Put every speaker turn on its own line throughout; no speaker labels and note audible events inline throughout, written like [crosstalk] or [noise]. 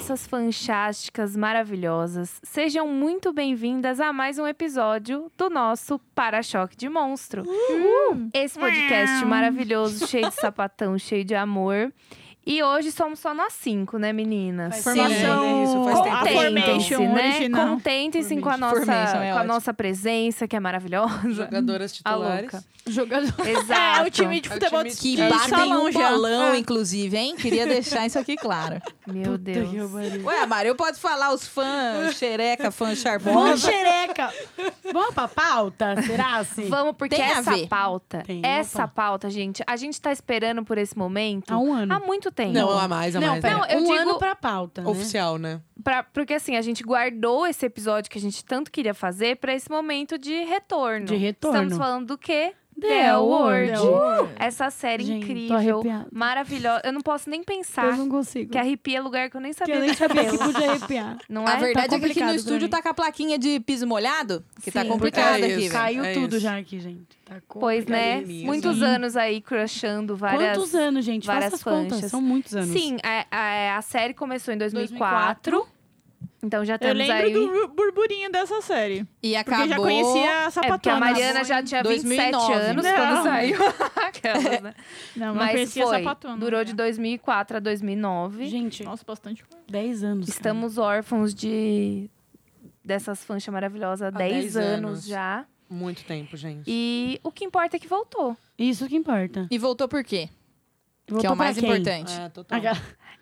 nossas fantásticas, maravilhosas. Sejam muito bem-vindas a mais um episódio do nosso Para-Choque de Monstro. Uhum. Esse podcast uhum. maravilhoso, cheio de sapatão, cheio de amor. E hoje somos só nós cinco, né, meninas?
Faz Formação. é Isso, faz
Contentem-se, né? Contentem-se com a nossa, é com a nossa presença, que é maravilhosa.
Jogadoras titulares.
Jogador...
Exato.
[laughs] É, o time de futebol é time
que batem um balão, inclusive, hein? Queria deixar isso aqui claro.
Meu Deus. Deus.
[laughs] Ué, Mari, eu posso falar os [laughs] fãs xereca, fãs charmosa?
Fãs xereca. Vamos pra pauta? Será assim?
Vamos, porque Tem essa pauta, Tem essa pauta, gente, a gente tá esperando por esse momento.
Há um ano.
Há muito tempo.
Não, a mais, a
não,
mais.
Pera, não, eu um digo ano pra pauta.
Oficial, né?
Pra, porque assim, a gente guardou esse episódio que a gente tanto queria fazer pra esse momento de retorno.
De retorno.
Estamos falando do quê? The Award. Uh! Essa série gente, incrível, maravilhosa. Eu não posso nem
tá.
pensar.
Eu não consigo.
Que arrepia é lugar que eu nem sabia.
Que eu nem sabia que podia arrepiar.
Não
a
é?
A verdade tá é que aqui no estúdio tá com a plaquinha de piso molhado, que Sim, tá complicado é aqui.
Caiu é tudo isso. já aqui, gente. Tá
pois né, muitos Sim. anos aí crushando várias
Quantos anos, gente?
Várias
contas, são muitos anos.
Sim, é, a, a, a série começou em 2004. 2004. Então já temos
aí... Eu lembro aí... do burburinho dessa série.
E acabou...
Porque já conhecia a sapatona. É porque
a Mariana já tinha 27 2009. anos
não. É
quando saiu. [laughs] Aquelas, né?
Não,
mas
conhecia
foi.
a sapatona.
Durou de 2004 a 2009.
né? Gente, nossa, bastante. 10 anos.
Estamos cara. órfãos de... Dessas fanchas maravilhosas há 10 anos. anos já.
Muito tempo, gente.
E o que importa é que voltou.
Isso que importa.
E voltou por quê?
Voltou
que é o mais
quem?
importante.
É, total.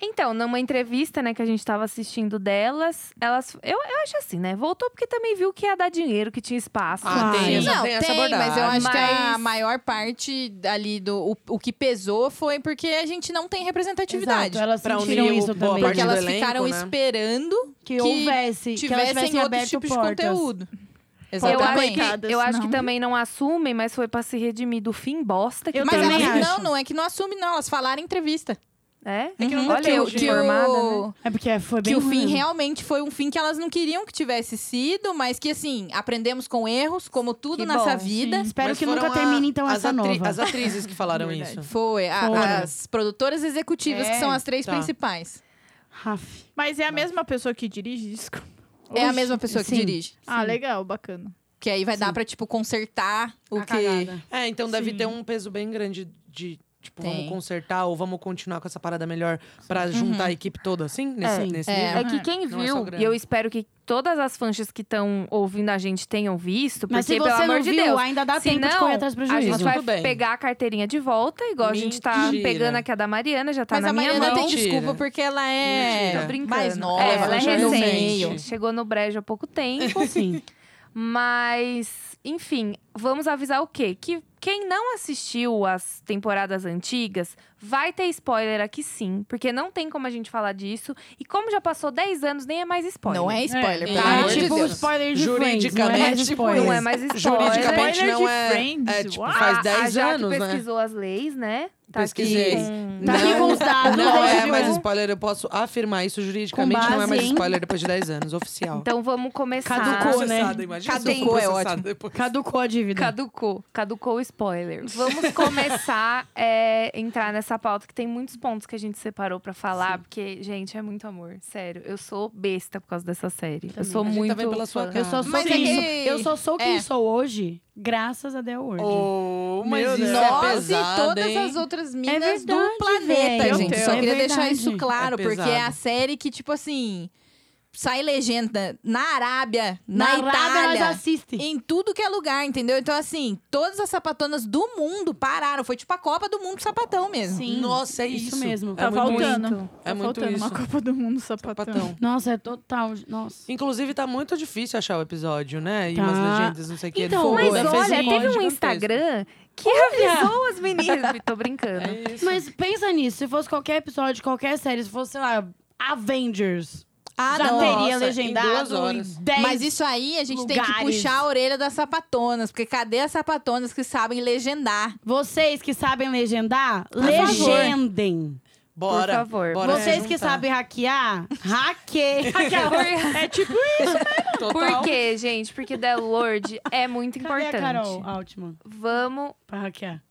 Então, numa entrevista, né, que a gente estava assistindo delas, elas. Eu, eu acho assim, né? Voltou porque também viu que ia dar dinheiro, que tinha espaço.
Ah, tem,
essa, não,
tem,
essa
tem
mas eu acho
mas...
que a maior parte ali do. O, o, que pesou foi porque a gente não tem representatividade.
Exato, elas pra sentiram isso também.
Porque elas
elenco,
ficaram
né?
esperando
que, que houvesse.
Que tivessem,
que
tivessem outro tipo
portas.
de conteúdo.
Exatamente. Eu acho, que, eu
assim.
acho que também não assumem, mas foi pra se redimir do fim bosta. Que
mas
elas,
acho. não, não é que não assume, não. Elas falaram em entrevista.
É?
É
que não
Olha, que,
o,
que
formada,
o...
Né?
É porque foi
que
bem
o fim
ruim.
realmente foi um fim que elas não queriam que tivesse sido, mas que assim, aprendemos com erros, como tudo
Que
nessa
bom,
vida.
Sim. Espero
Mas
que
foram
nunca
a-
termine então
as
essa
atri-
nova. É
As atrizes que
[laughs]
falaram isso.
Foi a-
Foram.
as produtoras executivas, que
É,
são as três
tá.
principais.
Raf.
Mas é a mesma pessoa que dirige isso?
É a mesma pessoa que
sim.
dirige.
Ah, legal, bacana.
Que aí vai dar pra, tipo, consertar o
A
que.
cagada.
É, então deve
Sim.
ter um peso bem grande de, tipo,
Tem.
vamos consertar ou vamos continuar com essa parada melhor pra juntar
Uhum.
a equipe toda, assim? Nesse,
É.
nesse
É.
É
nível?
que quem
Não é
viu,
só grana.
e eu espero que todas as fanchas que estão ouvindo a gente tenham visto, porque,
Mas se
pelo
você
amor
não
de
viu,
Deus.
ainda dá
se
tempo
não,
de correr atrás do
a
prejuízo.
gente vai
[laughs]
Tudo bem.
pegar a carteirinha de volta, igual a gente tá
Mentira.
pegando aqui a da Mariana, já tá
Mas
na
a
minha
Mariana
mão.
tem
Mentira.
desculpa porque ela é
Mentira.
Tô brincando.
mais nova.
é, ela é
já no
no
meio.
recente. Chegou no brejo há pouco tempo.
Sim.
Mas, enfim, vamos avisar o quê? Que quem não assistiu as temporadas antigas vai ter spoiler aqui sim, porque não tem como a gente falar disso. E como já passou 10 anos, nem é mais spoiler.
Não é spoiler, pelo
Tá,
amor de
tipo um
Deus.
spoiler de Friends, não é mais
Juridicamente,
spoiler.
Não é mais spoiler.
Juridicamente
Spoiler de
não é.
Friends,
É, tipo,
uau.
faz
A-
10
a,
anos,
Jaque
né?
pesquisou as leis, né? Tá aqui
Pesquisei.
com-
Tá aqui com os dados,
Não
né,
é
tipo,
mais spoiler, eu posso afirmar isso juridicamente,
Com
não é
base
mais
em-
spoiler depois de 10 anos, oficial.
Então vamos começar.
Caducou, né?
Processada, imagina se eu
Caducou,
for
é
processada
ótimo.
depois.
Caducou a dívida.
Caducou. Caducou o spoiler.
[laughs]
Vamos começar é, entrar nessa pauta que tem muitos pontos que a gente separou pra falar, porque, gente, é muito amor. Sério, eu sou besta por causa dessa série. Eu sou
A gente tá
muito.
vendo pela sua
fã.
cara.
Eu só sou
Mas é
quem
que-
sou. Eu só sou quem
É.
sou hoje, graças a The Award.
Oh, mas
Meu
isso
Deus.
é
Nós
pesado,
e todas
hein?
as outras minas
verdade,
do planeta,
velho.
gente.
Meu
Só
Deus.
queria
É
deixar
verdade.
isso claro,
É pesado.
porque é a série que, tipo assim, sai legenda na Arábia, na,
Na Arábia,
Itália.
elas assistem.
Em tudo que é lugar, entendeu? Então, assim, todas as sapatonas do mundo pararam. Foi tipo a Copa do Mundo do sapatão mesmo.
Sim.
Nossa, é
Isso
isso.
mesmo.
É
Tá
Tá
muito
faltando.
muito.
É
Tá
muito
faltando
isso.
uma Copa do Mundo sapatão.
Sapatão.
Nossa, é total. Nossa.
Inclusive, tá muito difícil achar o episódio, né? E
Tá.
umas legendas, não sei o né? que.
Então,
Mas
Foda, fez um
olha, teve um
gigantesco.
Instagram que avisou as
[laughs]
meninas. Tô brincando.
É isso.
Mas pensa nisso, se fosse qualquer episódio, qualquer série, se fosse, sei lá, Avengers.
Ah,
já
não.
teria
nossa, em duas
legendado em
horas.
10
Mas isso aí a gente tem que
lugares.
puxar a orelha das sapatonas, porque cadê as sapatonas que sabem legendar?
Vocês que sabem legendar,
favor.
legendem.
Bora.
Por favor.
Bora se
Vocês que
juntar.
sabem hackear, hackeiem. [laughs]
Por,
É tipo
por quê, gente? Porque The Lord é muito
Cadê a Carol
importante.
Altman
Vamos.
pra hackear?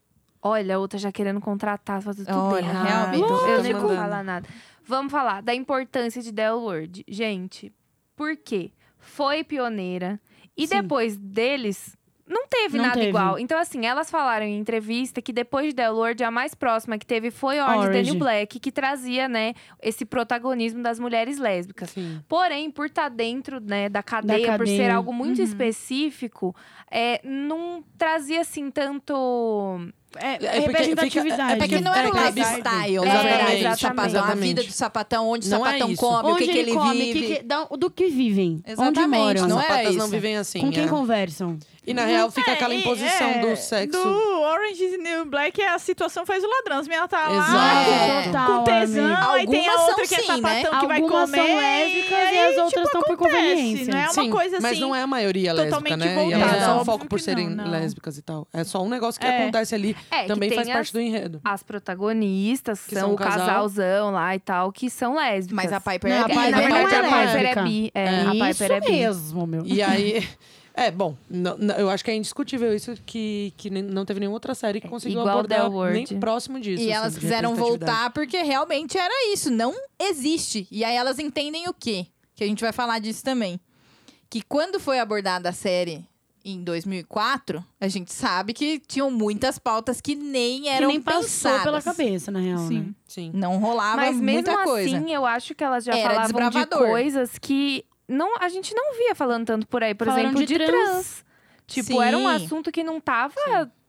Olha, a outra já querendo contratar, fazer tudo
Olha,
errado.
realmente,
eu
tá
nem vou
mandando.
falar nada. Vamos falar da importância de Del Word. Gente, por quê? Foi pioneira. E
Sim.
depois deles, não teve
Não
nada
teve.
igual. Então, assim, elas falaram em entrevista que depois de Del Word, a mais próxima que teve foi Orange,
Orange.
Daniel Black, que trazia, né, esse protagonismo das mulheres lésbicas.
Sim.
Porém, por estar dentro né, da, cadeia, por
cadeia.
ser algo muito específico, é, não trazia assim tanto.
É,
É porque fica-
representatividade.
é
É que não
É,
era o
é,
lifestyle, na
exatamente,
verdade, do
exatamente.
sapatão. A vida do sapatão, onde o
Não é
sapatão
isso.
come, o
Onde
que, que ele,
come,
vive.
que- que- da- do que vivem, onde
Exatamente,
moram,
não é
Não
era
Sapatas não
isso.
vivem assim.
com quem
é.
conversam.
E na real fica
É,
aquela
e-
imposição
é,
do sexo.
Do Orange is the New Black é a situação faz o ladrão. As meninas tá
Ah,
Exato.
é.
lá com- com,
Total,
tesão,
amiga.
aí tem a
Algumas
outra
são
que é
sim,
sapatão
né?
que vai comer.
Ah, Algumas são lésbicas e,
aí, tipo
as outras estão por
acontece,
conveniência.
não é uma
Sim,
coisa
Mas
assim,
não é a maioria lésbica,
totalmente
né? E elas não
voltada.
são
Óbvio
foco por
que
serem
não, não.
lésbicas e tal. É só um negócio que
É.
acontece ali.
É, que
Também
tem
faz
as-
parte do enredo.
As protagonistas
Que
são,
são um
o
casal.
casalzão lá e tal, que são lésbicas.
Mas a Piper
Não,
é
a
É,
gay,
Piper
na
né?
não
verdade,
é
a Piper
lésbica.
é bi. É,
É
a Piper
isso
é bi.
mesmo, meu.
[laughs] E aí. É, bom, não- não, eu acho que é indiscutível isso que, que nem- não teve nenhuma outra série que conseguiu
igual
abordar
The Word.
nem próximo disso.
E
assim,
elas
de
quiseram
representatividade.
voltar porque realmente era isso, não existe. E aí elas entendem o quê? Que a gente vai falar disso também. Que quando foi abordada a série em 2004, a gente sabe que tinham muitas pautas que nem
que
eram
nem passou
pensadas.
pela cabeça, na real, né?
Sim.
Sim.
Não rolava
Mas mesmo
muita coisa.
assim, eu acho que elas já
Era
falavam de
desbravador.
coisas que não, a gente não via falando tanto por aí. Por
Falaram
exemplo,
de
de,
trans.
trans. Tipo, era um
Sim.
assunto que não tava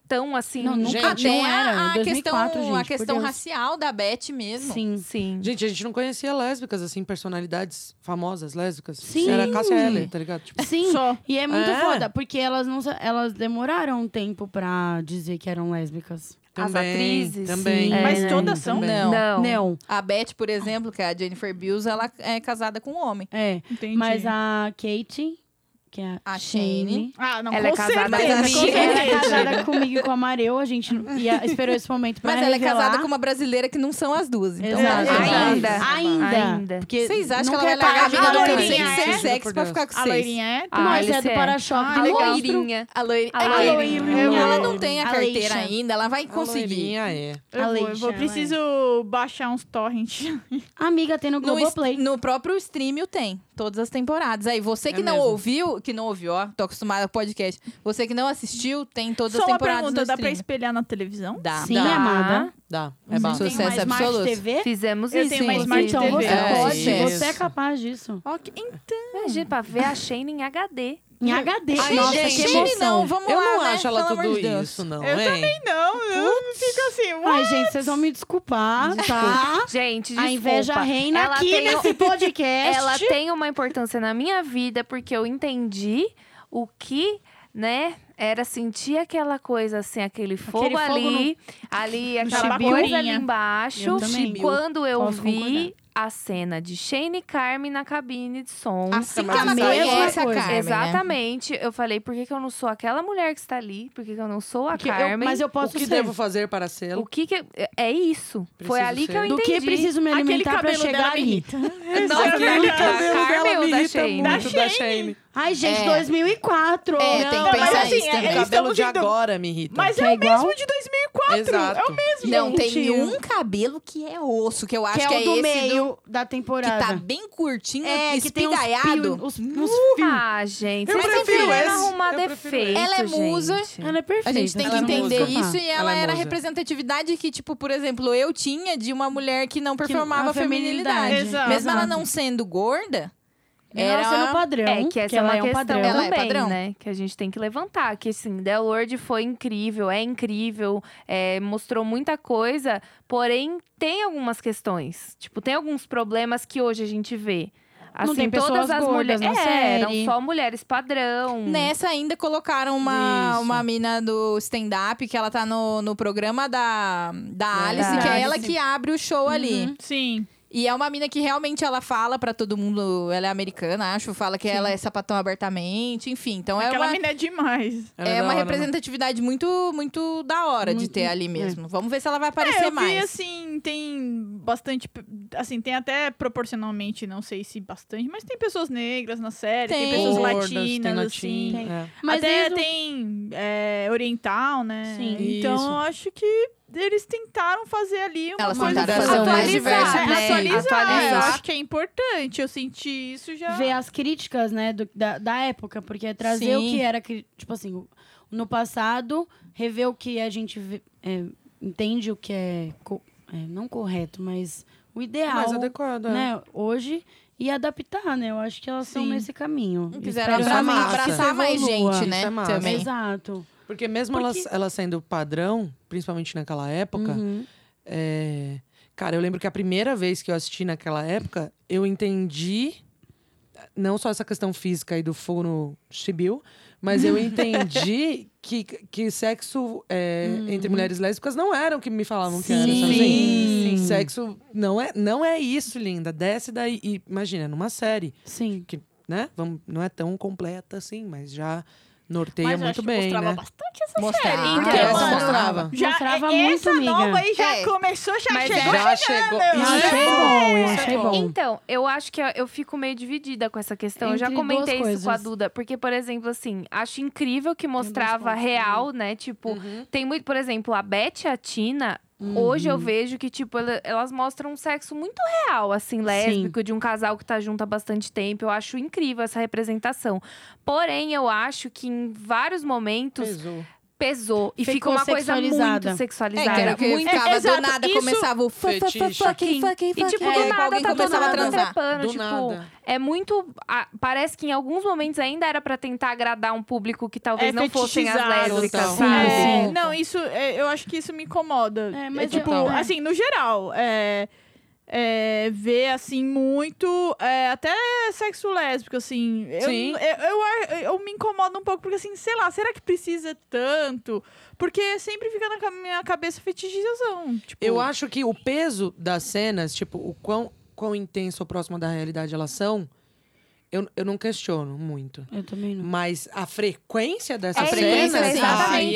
tão assim.
Não, nunca-
Gente,
Até
não era,
a,
em 2004,
questão,
gente,
a
por
questão
Deus.
racial da Beth mesmo.
Sim.
[laughs]
Sim.
Gente, a gente não conhecia lésbicas, assim, personalidades famosas lésbicas.
Sim.
Era a Cássia Heller, tá ligado? Tipo,
Sim,
Só.
e é muito
É.
foda, porque elas não sa- elas demoraram um tempo pra dizer que eram lésbicas.
As
também,
atrizes,
Também.
sim.
Mas
É,
todas são.
também.
Então, Não.
Não.
Não,
A Beth, por exemplo, que é a Jennifer Bills, ela é casada com um homem.
é.
Entendi.
Mas a Kate, que é a,
A Shane.
Ah, não,
Ela
com
é casada
certeza,
tá com
com
a
Ela é
certeza.
casada [laughs] comigo e com a Mareu,
[laughs]
a gente ia, esperou esse momento pra
Mas ela é
revelar.
casada com uma brasileira que não são as duas. Então,
Exato.
tá bom.
Ainda.
Ainda.
Ainda.
Porque é
Vocês acham que
não
ela vai
quer
largar a
parar
vida
de
do
namorar.
loirinha,
seu
é?
sexo pra ficar com
A
vocês?
loirinha é?
Ah,
Nós Ah, é
Alice
do
é.
para-choque.
A
do
legal.
monstro.
loirinha.
A loirinha.
A
loirinha.
Ela
Eu-
não tem a
a
carteira
leixa.
ainda, ela vai
A
conseguir.
loirinha é.
Eu vou, eu vou.
Alexa,
Preciso baixar uns torrents.
Amiga, tem no
No, est-
Globoplay.
no próprio stream tem, todas as temporadas. Aí você que
É
não
mesmo.
ouviu, que não ouviu, ó, tô acostumada com podcast. Você que não assistiu, tem todas
Só
as
uma
temporadas
pergunta,
no
dá pra
stream.
espelhar na televisão?
Dá,
Sim,
dá.
amada.
Dá.
É
É
bom.
Você tem uma
Sucesso
Smart
absoluto.
TV?
Fizemos
Eu
isso.
tenho uma
inclusive.
Smart
Então
TV.
você
É,
pode,
isso.
você é capaz disso.
Ok, então.
Imagina, pra ver a Shane em HD.
Em HD.
Ai,
Nossa,
gente,
que
Shane
emoção.
não, vamos
Eu
lá,
não
né?
acho ela
Pelo amor
tudo
de Deus.
isso, não,
Eu
hein?
Não, eu fico assim. ué.
Ai, gente, vocês vão me desculpar, tá?
Gente, desculpa.
A inveja reina
ela
aqui
tem um
[laughs] nesse podcast.
Ela tem uma importância na minha vida, porque eu entendi o que, né, era sentir aquela coisa assim, aquele fogo
fogo
ali, ali, aquela
chibiu.
coisa ali
Minha.
embaixo.
Eu também.
Quando eu
Posso
vi a cena de Shane e Carmen na cabine de som.
Assim que
Mas
ela
isso aí é
conhece a
outra coisa.
Carmen, né?
Exatamente. Eu falei, por que, que eu não sou aquela mulher que está ali? Por que, que eu não sou a
Porque eu-
Carmen?
mas eu posso
o que
ser.
devo fazer para ser?
O que que... é- É isso. Foi
Preciso
ali que
ser.
eu
Do
entendi.
que preciso me
Aquele
alimentar pra
cabelo
chegar
dela me
ali.
irrita.
Nossa,
é
Aquele
da
é cabelo
Carmen
dela
ou
me
da
irrita
Shane?
muito da Shane.
Ai, gente,
É.
2004.
É, tem que
mas
pensar
assim,
isso
é-
O
eles
também.
cabelo
estavam
de
vindo-
agora me irrita.
Mas
Que
é,
é
o mesmo
igual?
de 2004.
Exato.
É o mesmo.
Não,
Gente.
tem um cabelo que é osso, que eu acho
que
que,
é o do
esse
meio da
que tá
temporada.
bem curtinho,
é, que tem uns
espigaiado.
pio- uns- uns fios.
Ah, gente.
Eu
vocês estão
prefiro
querendo
esse.
arrumar
Eu prefiro
defeito,
esse. Ela é musa.
gente.
Ela é perfeita.
A gente tem que
Ela não
entender
Ah,
usa.
isso e ela,
Ela é
era a
musa.
representatividade que, tipo, por exemplo, eu tinha de uma mulher que não
Que-
performava
a
a feminilidade.
feminilidade.
Exato.
Mesmo ela não sendo gorda,
Era
era
no padrão.
É, que essa é
ela
uma
é um
questão
padrão.
Ela é
também,
padrão.
né? Que a gente tem que levantar. Que, assim, The Lord foi incrível, é incrível. é, mostrou muita coisa. Porém, tem algumas questões. Tipo, tem alguns problemas que hoje a gente vê. Assim,
Não tem
todas
pessoas
as
gordas
mulheres...
na
É,
série. Né?
eram só mulheres padrão.
nessa ainda colocaram uma,
Isso.
uma mina do stand-up, que ela tá no, no programa da, da Alice,
da
que é ela
Alice.
que abre o show ali.
Sim.
E é uma mina que realmente ela fala pra todo mundo, ela é americana, acho, fala que ela é sapatão abertamente, enfim. Então é
Aquela
uma,
mina é demais.
Ela
é
da
uma
hora, né?
representatividade muito muito da hora de
Muito,
ter ali mesmo. Vamos ver se ela vai
é,
aparecer
eu vi,
mais.
assim, tem bastante... pe- Assim, tem até proporcionalmente, não sei se bastante, mas tem pessoas negras na série, tem,
Tem.
pessoas
Gordas,
latinas,
tem
assim.
latim, é.
Mas
até
mesmo-
tem é, oriental, né?
Sim.
Então,
Isso.
eu acho que eles tentaram fazer ali uma
Elas
coisa...
tentaram
fazer um
atualizar,
mais
diverso,
é,
né?
Atualizar,
Atualizar.
eu acho que é importante. Eu senti isso já...
ver as críticas, né, do- da, da época, porque é trazer o
Sim.
que era, cri- tipo assim, o- no passado, rever o que a gente vê- é, entende o que é, co- é, não correto, mas o ideal,
Mais adequado, é.
né, hoje e adaptar, né? Eu acho que elas são
Sim.
nesse caminho.
Quiseram
Espero
abraçar-
que isso
abraçar mais
evolua.
gente,
Isso
né?
é massa.
Também.
Exato.
Porque mesmo elas, elas sendo padrão, principalmente naquela época,
Uhum.
é, cara, eu lembro que a primeira vez que eu assisti naquela época, eu entendi não só essa questão física aí do fogo no chibiu, mas eu entendi que, que sexo é, entre mulheres lésbicas não era o que me falavam que era. sabe
Sim.
assim? Sexo não é, não é isso, linda. Desce daí. E, imagina, numa série
Sim.
que, né? Vamos, não é tão completa assim, mas já norteia
Mas eu acho
muito
que
bem,
mostrava
né?
bastante essa
Mostrava.
série.
Porque
Ah,
essa
mano.
mostrava.
Já, é
Mostrava
essa
muito,
nova
amiga.
aí já
É.
começou, já
Mas
chegou.
já chegou.
chegando.
Eu
Isso
achei
é
bom, eu
isso é
achei bom.
Então, eu acho que eu- eu fico meio dividida com essa questão. eu já
Entre duas
comentei isso com a
coisas.
Duda. Porque, por exemplo, assim, acho incrível que mostrava
pontos,
real, né? Tipo,
Hum.
Uhum,
tem muito. Por exemplo, a Beth e a Tina.
Uhum.
Hoje eu vejo que, tipo, ela- elas mostram um sexo muito real, assim, lésbico, de um casal que tá junto há bastante tempo. Eu acho incrível essa representação. Porém, eu acho que em vários momentos
Pesou.
pesou e ficou
Ficou
uma coisa muito
sexualizada.
sexualizada.
É, que era o que
muito
ficava
exato,
do nada,
isso-
começava o fuck, fuck, fuck,
Fetiche.
fucking, fucking,
E, tipo,
fucking. É,
do nada
alguém
tá todo
começava a
mundo
transar.
trepando.
Do
tipo,
nada.
é muito. ah, parece que em alguns momentos ainda era pra tentar agradar um público que talvez
É
não fossem as
fetichizado,
lésbicas,
então.
total.
sabe?
É,
Sim.
Não, isso é, eu acho que isso me incomoda.
É,
É,
mas
tipo,
eu- é.
assim, no geral, é, é, ver assim muito, é, até sexo lésbico, assim. Eu,
Sim.
Eu, eu, eu- eu me incomodo um pouco, porque assim, sei lá, será que precisa tanto? Porque sempre fica na ca- minha cabeça fetichização. Tipo,
Eu acho que o peso das cenas, tipo, o quão, quão intenso ou próximo da realidade elas são, eu, eu não questiono muito.
Eu também não.
Mas a frequência
É
dessas
isso,
cenas,
é
aí é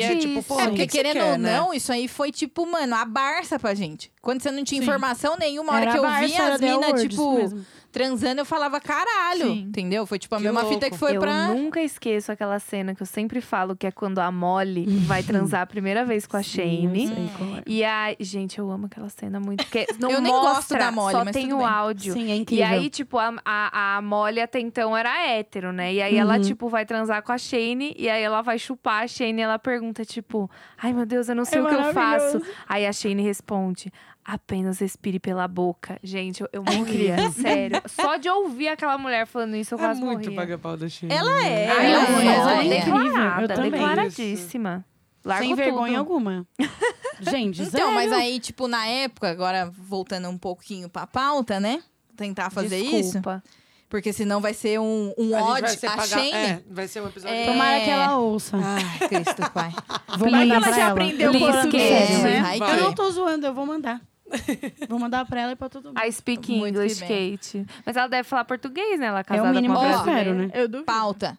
exatamente
tipo,
isso.
pô,
É
o
porque,
que que você
querendo
quer,
ou
né?
não, isso aí foi tipo, mano, a Barça pra gente. Quando você não tinha
Sim.
informação nenhuma, a hora
Era
que eu
Barça,
via
era
as
The
minas,
Awards,
tipo,
isso mesmo.
transando, eu falava caralho,
Sim.
entendeu? Foi tipo a
Que
mesma
louco.
fita que foi
eu
pra...
nunca esqueço aquela cena que eu sempre falo que é quando a Molly vai transar a primeira vez com a Shane.
Sim, eu sei qual é.
E aí, gente, eu amo aquela cena muito. [laughs] Porque não
Eu nem
mostra,
gosto da Molly,
só
mas
tem
tudo
o
bem.
áudio.
Sim, é
E
incrível.
aí, tipo, a, a, a Molly até então era hétero, né? E aí ela, tipo, vai transar com a Shane e aí ela vai chupar a Shane e ela pergunta, tipo, ai meu Deus, eu não sei
É
o que eu faço.
maravilhoso.
Aí a Shane responde, apenas respire pela boca. Gente, eu, eu morria, sério. Só de ouvir aquela mulher falando isso, eu
É
quase
muito
morria.
paga-pau da China.
Ela é,
Ai, eu
ela
sou
é, ela é.
Eu
declarada,
também.
declaradíssima. Largo
Sem vergonha
tudo.
alguma.
[laughs]
Gente,
Então, mas
zero.
aí, tipo, na época, agora voltando um pouquinho pra pauta, né? Tentar fazer isso.
Desculpa.
Porque senão vai ser um, um
A gente
ódio.
vai ser
A
paga-
Shane...
É, vai ser um episódio...
É.
Tomara que ela ouça.
Ai, Cristo, pai.
Vou
Vai que
mandar
ela
pra
já
ela.
aprendeu
Please,
É,
português,
kids.
Vai
né?
Eu
Vai.
que-
não tô zoando, eu vou mandar. vou mandar pra ela e pra todo mundo. É
I speak
Muito que
English,
bem.
Kate. Mas ela deve falar português, né? Ela é
É
casada
o mínimo
com
que
uma
eu
Ó,
brasileira.
espero, né?
Eu duvido.
Pauta.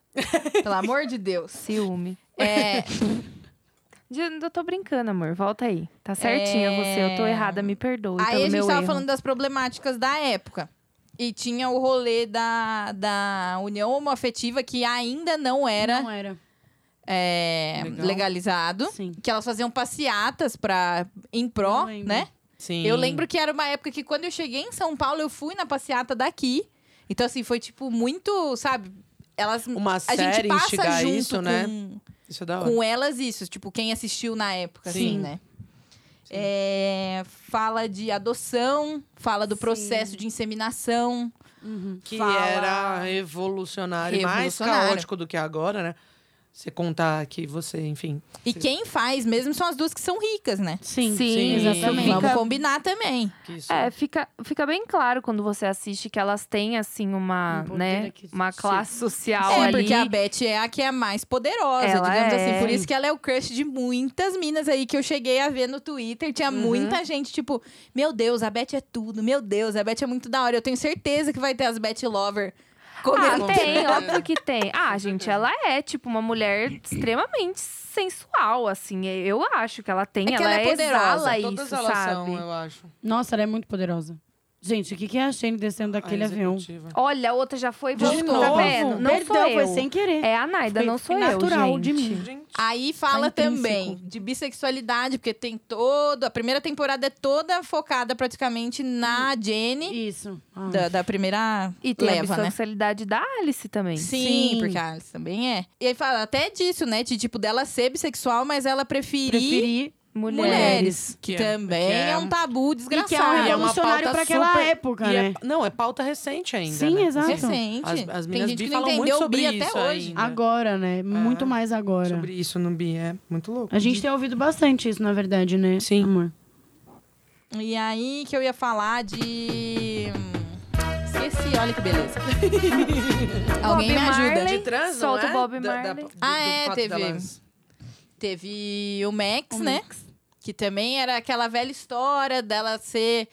Pelo amor de Deus.
Ciúme.
É,
De- Eu tô brincando, amor. Volta aí. Tá certinha
É.
você. Eu tô errada, me perdoe
aí
pelo
a gente
tá meu
tava
erro.
falando das problemáticas da época. E tinha o rolê da, da união homoafetiva que ainda não era,
Não era.
é,
Legal.
legalizado.
Sim.
Que elas faziam passeatas pra, em
Eu
pró,
lembro.
né?
Sim.
Eu lembro que era uma época que quando eu cheguei em São Paulo, eu fui na passeata daqui. Então, assim, foi tipo muito, sabe? Elas.
Uma
a gente
série
passa
instigar
junto
isso,
com,
né? Isso é da hora.
com elas isso. Tipo, quem assistiu na época, assim,
Sim.
né? É, fala de adoção, fala do processo de inseminação.
Uhum.
Que
Fala-
era revolucionário, e mais
Revolucionário.
caótico do que agora, né? Você contar que você, enfim.
E quem faz mesmo são as duas que são ricas, né?
Sim,
Sim,
sim, exatamente.
isso
Vamos combinar também.
que isso-
É, fica, fica bem claro quando você assiste que elas têm, assim, uma,
Um poder
né,
aqui.
uma
Sim.
classe social
É,
ali.
porque a Beth é a que é a mais poderosa,
Ela
digamos
é.
assim. Por isso que ela é o crush de muitas minas aí que eu cheguei a ver no Twitter. Tinha muita gente, tipo, meu Deus, a Beth é tudo, meu Deus, a Beth é muito da hora. Eu tenho certeza que vai ter as Beth Lover
Ah,
comentando.
tem, óbvio que tem. Ah, gente, ela é, tipo, uma mulher extremamente sensual, assim. Eu acho que ela tem,
É que
ela,
ela é poderosa,
exala
Todas
isso,
elas
sabe?
são, eu acho.
Nossa, ela é muito poderosa. Gente, o que, que é a Shane descendo daquele
A
avião?
executiva.
Olha, a outra já foi e
De
voltou, tá
novo?
vendo? Não
Perdão,
sou eu.
foi sem querer.
É a Naida,
Foi
não sou
natural
eu, gente.
de mim.
Gente,
Aí fala
Tá intrínseco.
também de bissexualidade, porque tem todo. A primeira temporada é toda focada praticamente na Jenny,
Isso. Ah.
da, da primeira
E tem
leva,
a
né?
bissexualidade da Alice também.
Sim,
Sim.
porque a Alice também é. E aí fala até disso, né? De tipo, dela ser bissexual, mas ela preferir
Preferi
Mulheres.
mulheres.
Que
Que
é-
também
que
é,
é
um tabu
E
desgraçado.
que é um
E é uma
revolucionário
pauta
pra aquela
super-
época,
e é-
né?
não, é pauta recente ainda.
Sim,
né?
exato.
Recente.
As- as
Tem
meninas
gente
bi
que não
falam muito
entendeu o
sobre
bi
isso
até hoje.
ainda.
Agora, né? Muito mais agora.
Sobre isso no bi, é muito louco.
A gente tem ouvido bastante isso, na verdade, né?
Sim.
Amor.
E aí que eu ia falar de. hum, Esqueci, olha que beleza. Alguém me ajuda.
Marley.
trans, é?
Solta o Bob
Da- da-
Marley.
do-
Ah,
do
é,
fato
teve-
delas-
Teve o Max, né? Que também era aquela velha história dela ser,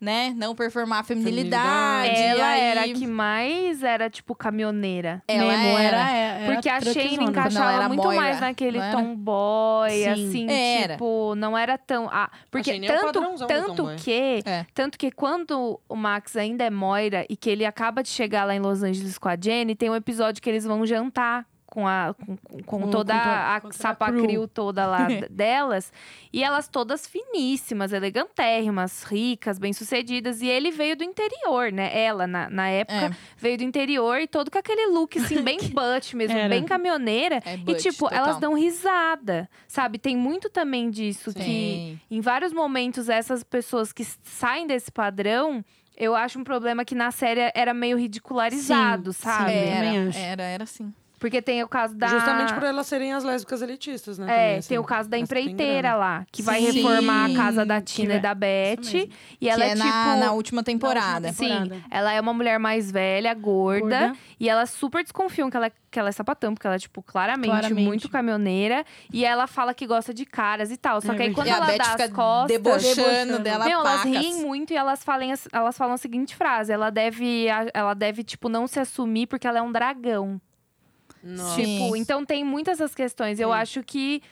né? Não performar a feminilidade.
Feminilidade.
Ela
aí-
era a que mais era, tipo caminhoneira.
Ela
Nemo
era.
era, É, era
É, Porque a Shane
truquezona.
encaixava
Não, era
muito
Moira,
mais naquele
não era? É,
tomboy,
Sim.
assim,
Era.
tipo, não era tão. Ah, porque
Shane é o
tanto,
padrãozão do
tanto
tomboy.
que.
É.
Tanto que quando o Max ainda é Moira e que ele acaba de chegar lá em Los Angeles com a Jenny, tem um episódio que eles vão jantar. Com, a, com, com- com
Com-
toda
com to-
a
com toda a
sapacril toda lá d- delas. E elas todas finíssimas, elegantérrimas, ricas, bem-sucedidas. E ele veio do interior, né? Ela, na, na época,
É.
veio do interior e todo com aquele look, assim, bem butt mesmo,
Era.
bem caminhoneira.
É
e,
butch,
tipo,
total.
elas dão risada, sabe? Tem muito também disso que,
Sim.
em vários momentos, essas pessoas que s- saem desse padrão, eu acho um problema que na série era meio ridicularizado,
Sim,
Ah,
sabe?
sim.
É.
também
Era,
acho.
era, assim. era sim.
Porque tem o caso da.
Justamente por elas serem as lésbicas elitistas, né?
É,
também, assim.
tem o caso da
Mas tem
empreiteira
grana.
lá, que vai
Sim.
reformar a casa da Tina e
vai-
da
Isso mesmo.
Beth. E ela
que
é,
é,
tipo.
na, na última temporada.
Sim,
temporada.
ela é uma mulher mais velha, gorda,
Gorda.
e elas super desconfiam que ela, que ela é sapatão, porque ela é, tipo, claramente,
Claramente.
muito caminhoneira. E ela fala que gosta de caras e tal. Só
É
que aí
verdade.
quando
e a
ela
Beth
dá
fica
as costas.
debochando
debochando.
dela
Meu, elas
pacas.
riem muito e elas, falem, as- elas falam a seguinte frase: ela deve, a- ela deve, tipo, não se assumir porque ela é um dragão.
Nossa.
Sim.
Tipo, então tem muitas essas questões. Eu
Sim.
acho que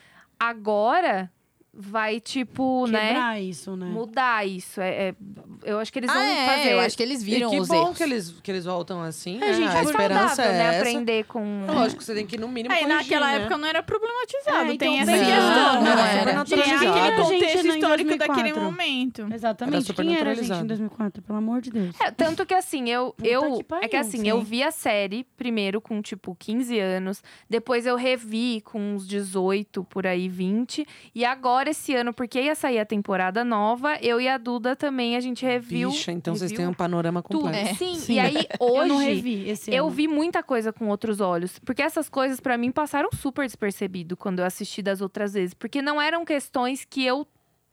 agora vai, tipo, né?
Quebrar isso, né?
Mudar isso. É, é- eu acho que eles
Ah,
vão
é,
fazer.
eu acho que eles viram
e que
os
bom
erros.
que eles, que eles voltam assim,
É,
né?
gente,
a
é
esperança
saudável,
é
né?
essa. É
Aprender com.
Lógico, você tem que, no mínimo,
Aí
corrigir,
naquela
né?
época não era problematizado.
É, então
tem essa
bem-
questão.
Não,
né?
não
É
era.
Tinha
naturalizado.
aquele
Era gente
contexto
na- em
histórico daquele
2004.
momento.
Era
Exatamente.
super
Quem era a gente em
naturalizado.
2004? Pelo amor de Deus.
É, tanto que assim, eu.
Puta
eu
que pariu,
é que assim,
sim.
eu vi a série primeiro com tipo 15 anos, depois eu revi com uns 18, por aí 20. E agora esse ano, porque ia sair a temporada nova, eu e a Duda também a gente reviu.
Bicha, então vocês
reviu
têm um panorama
tudo.
completo.
É.
Sim,
Sim.
e aí
eu não
hoje.
revi esse
Eu
ano.
vi muita coisa com outros olhos, porque essas coisas pra mim passaram super despercebido quando eu assisti das outras vezes, porque não eram questões que eu,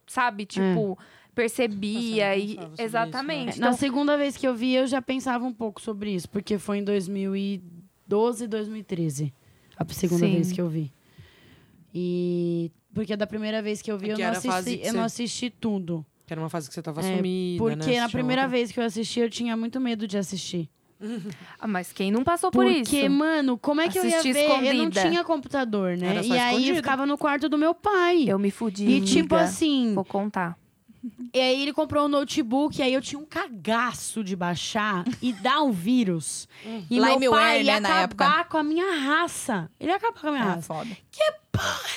sabe, tipo, percebia
Nossa, eu não
e
pensava sobre isso, né?
exatamente.
É, Na segunda vez que eu vi, eu já pensava um pouco sobre isso, porque foi em 2012, 2013. A segunda
Sim.
vez que eu vi. E. Porque da primeira vez que eu vi,
É
eu
que
não,
era a fase
assisti,
que
eu não
você-
assisti tudo.
Que era uma fase que você tava
É,
sumida, né?
Porque na
assistiu
primeira
outra.
vez que eu assisti, eu tinha muito medo de assistir.
Ah, mas quem não passou por
Porque,
isso?
mano, como é que
Assisti
eu ia ver? Eu não
escondida.
tinha computador, né?
Era só
E aí eu
escondido.
ficava no quarto do meu pai.
Eu me fudi.
E tipo
amiga.
assim,
Vou contar.
e aí ele comprou um notebook, e aí eu tinha um cagaço de baixar
[laughs]
e dar um vírus. E
Lá em
meu
Miuer,
pai ia
né, na época.
acabar com a minha raça. Ele ia acabar com a minha
Ah,
raça.
foda.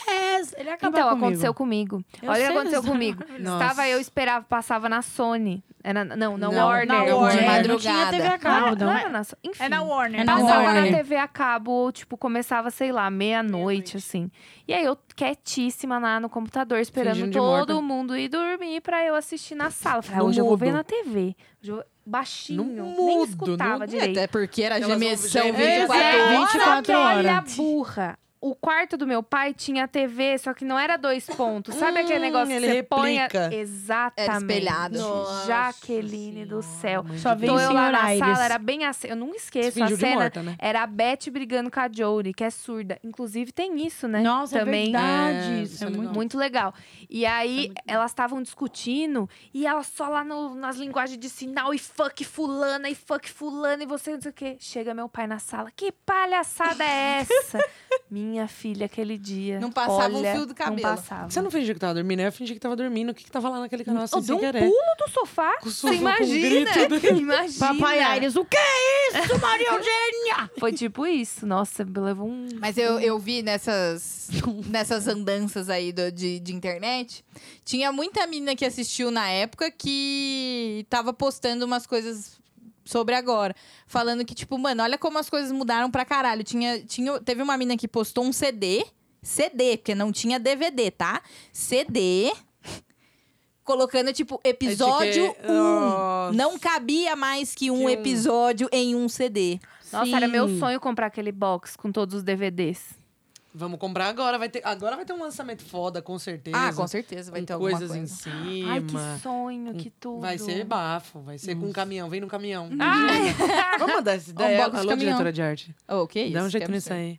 É, ele ia acabar
então,
comigo.
aconteceu comigo. Olha
Eu
o
sei,
que aconteceu
mas-
comigo.
Nossa.
Estava eu, esperava, passava na Sony. Era, não, na
Não,
Warner.
na
É,
Warner.
De
não
madrugada. né?
tinha TV a
Não,
cabo, não.
não era na Sony. Enfim.
É na Warner.
É na
Passava
Warner.
na TV a cabo, ou, tipo, começava, sei lá, meia-noite, assim. E aí eu quietíssima lá no computador, esperando
Fingindo de
todo
morta.
mundo ir dormir pra eu assistir na sala. Eu Falei, ah,
No
hoje eu vou ver
mudo.
na TV. Hoje eu... Baixinho,
No
nem
mudo,
escutava
no-
direito.
Até porque era
Elas vão-
gemessão
já ouviram
24
É,
horas.
Olha
24
que Olha a
horas.
burra. o quarto do meu pai tinha TV, só que não era dois pontos. Sabe aquele
Hum,
negócio que
ele
você põe? a-
replica.
Exatamente.
Era espelhado.
Nossa Jaqueline do céu.
Só vem
Então
o
eu
senhor
lá na
Aires.
sala, era bem assim. Eu não esqueço a
Fingiu de
cena.
morta, né?
Era a Beth brigando com a Jory, que é surda. Inclusive tem isso, né?
Nossa, é
Também.
verdade. É
É,
isso
isso
é
é
muito...
Muito legal. E aí, elas estavam discutindo e elas só lá no- nas linguagens de sinal e fuck fulana e fuck fulana e você não sei o quê. Chega meu pai na sala. Que palhaçada é
[laughs]
essa? Minha filha, aquele dia.
Não passava um
olha,
fio do
Não
cabelo.
passava.
Você não fingiu que tava dormindo? Eu fingi que tava dormindo. O que que tava lá naquele canal assim,
Eu dei
sem
um
querer?
pulo
é
do sofá.
Com o
Você
um
sofá, com o
imagina?
grito dele.
[laughs] Imagina.
Papai Aires, o que é isso,
[laughs]
Maria Eugênia?
Foi tipo isso. Nossa, me levou um.
Mas eu, eu vi nessas, nessas andanças aí do- de, de internet. Tinha muita menina que assistiu na época que tava postando umas coisas sobre agora. Falando que, tipo, mano, olha como as coisas mudaram pra caralho. Tinha, tinha, teve uma menina que postou um CD. CD, porque não tinha DVD, tá? CD. Colocando, tipo, episódio 1.
Etiqueta- É Nossa.
Não cabia mais que um
Que um-
episódio em um CD.
Nossa, era meu
Sim.
sonho comprar aquele box com todos os DVDs.
Vamos comprar agora. Vai ter... Agora vai ter um lançamento foda, com certeza.
Ah, com certeza, vai
Com
ter alguma
coisas
coisa.
em cima.
Ai, que sonho, que tudo.
Vai ser bafo. Vai ser com um caminhão. Vem no caminhão.
Ai,
Vamos mandar essa ideia.
box de
Alô,
caminhão.
diretora de arte.
Oh, que isso?
Dá um jeito
quero
nisso
ser.
aí.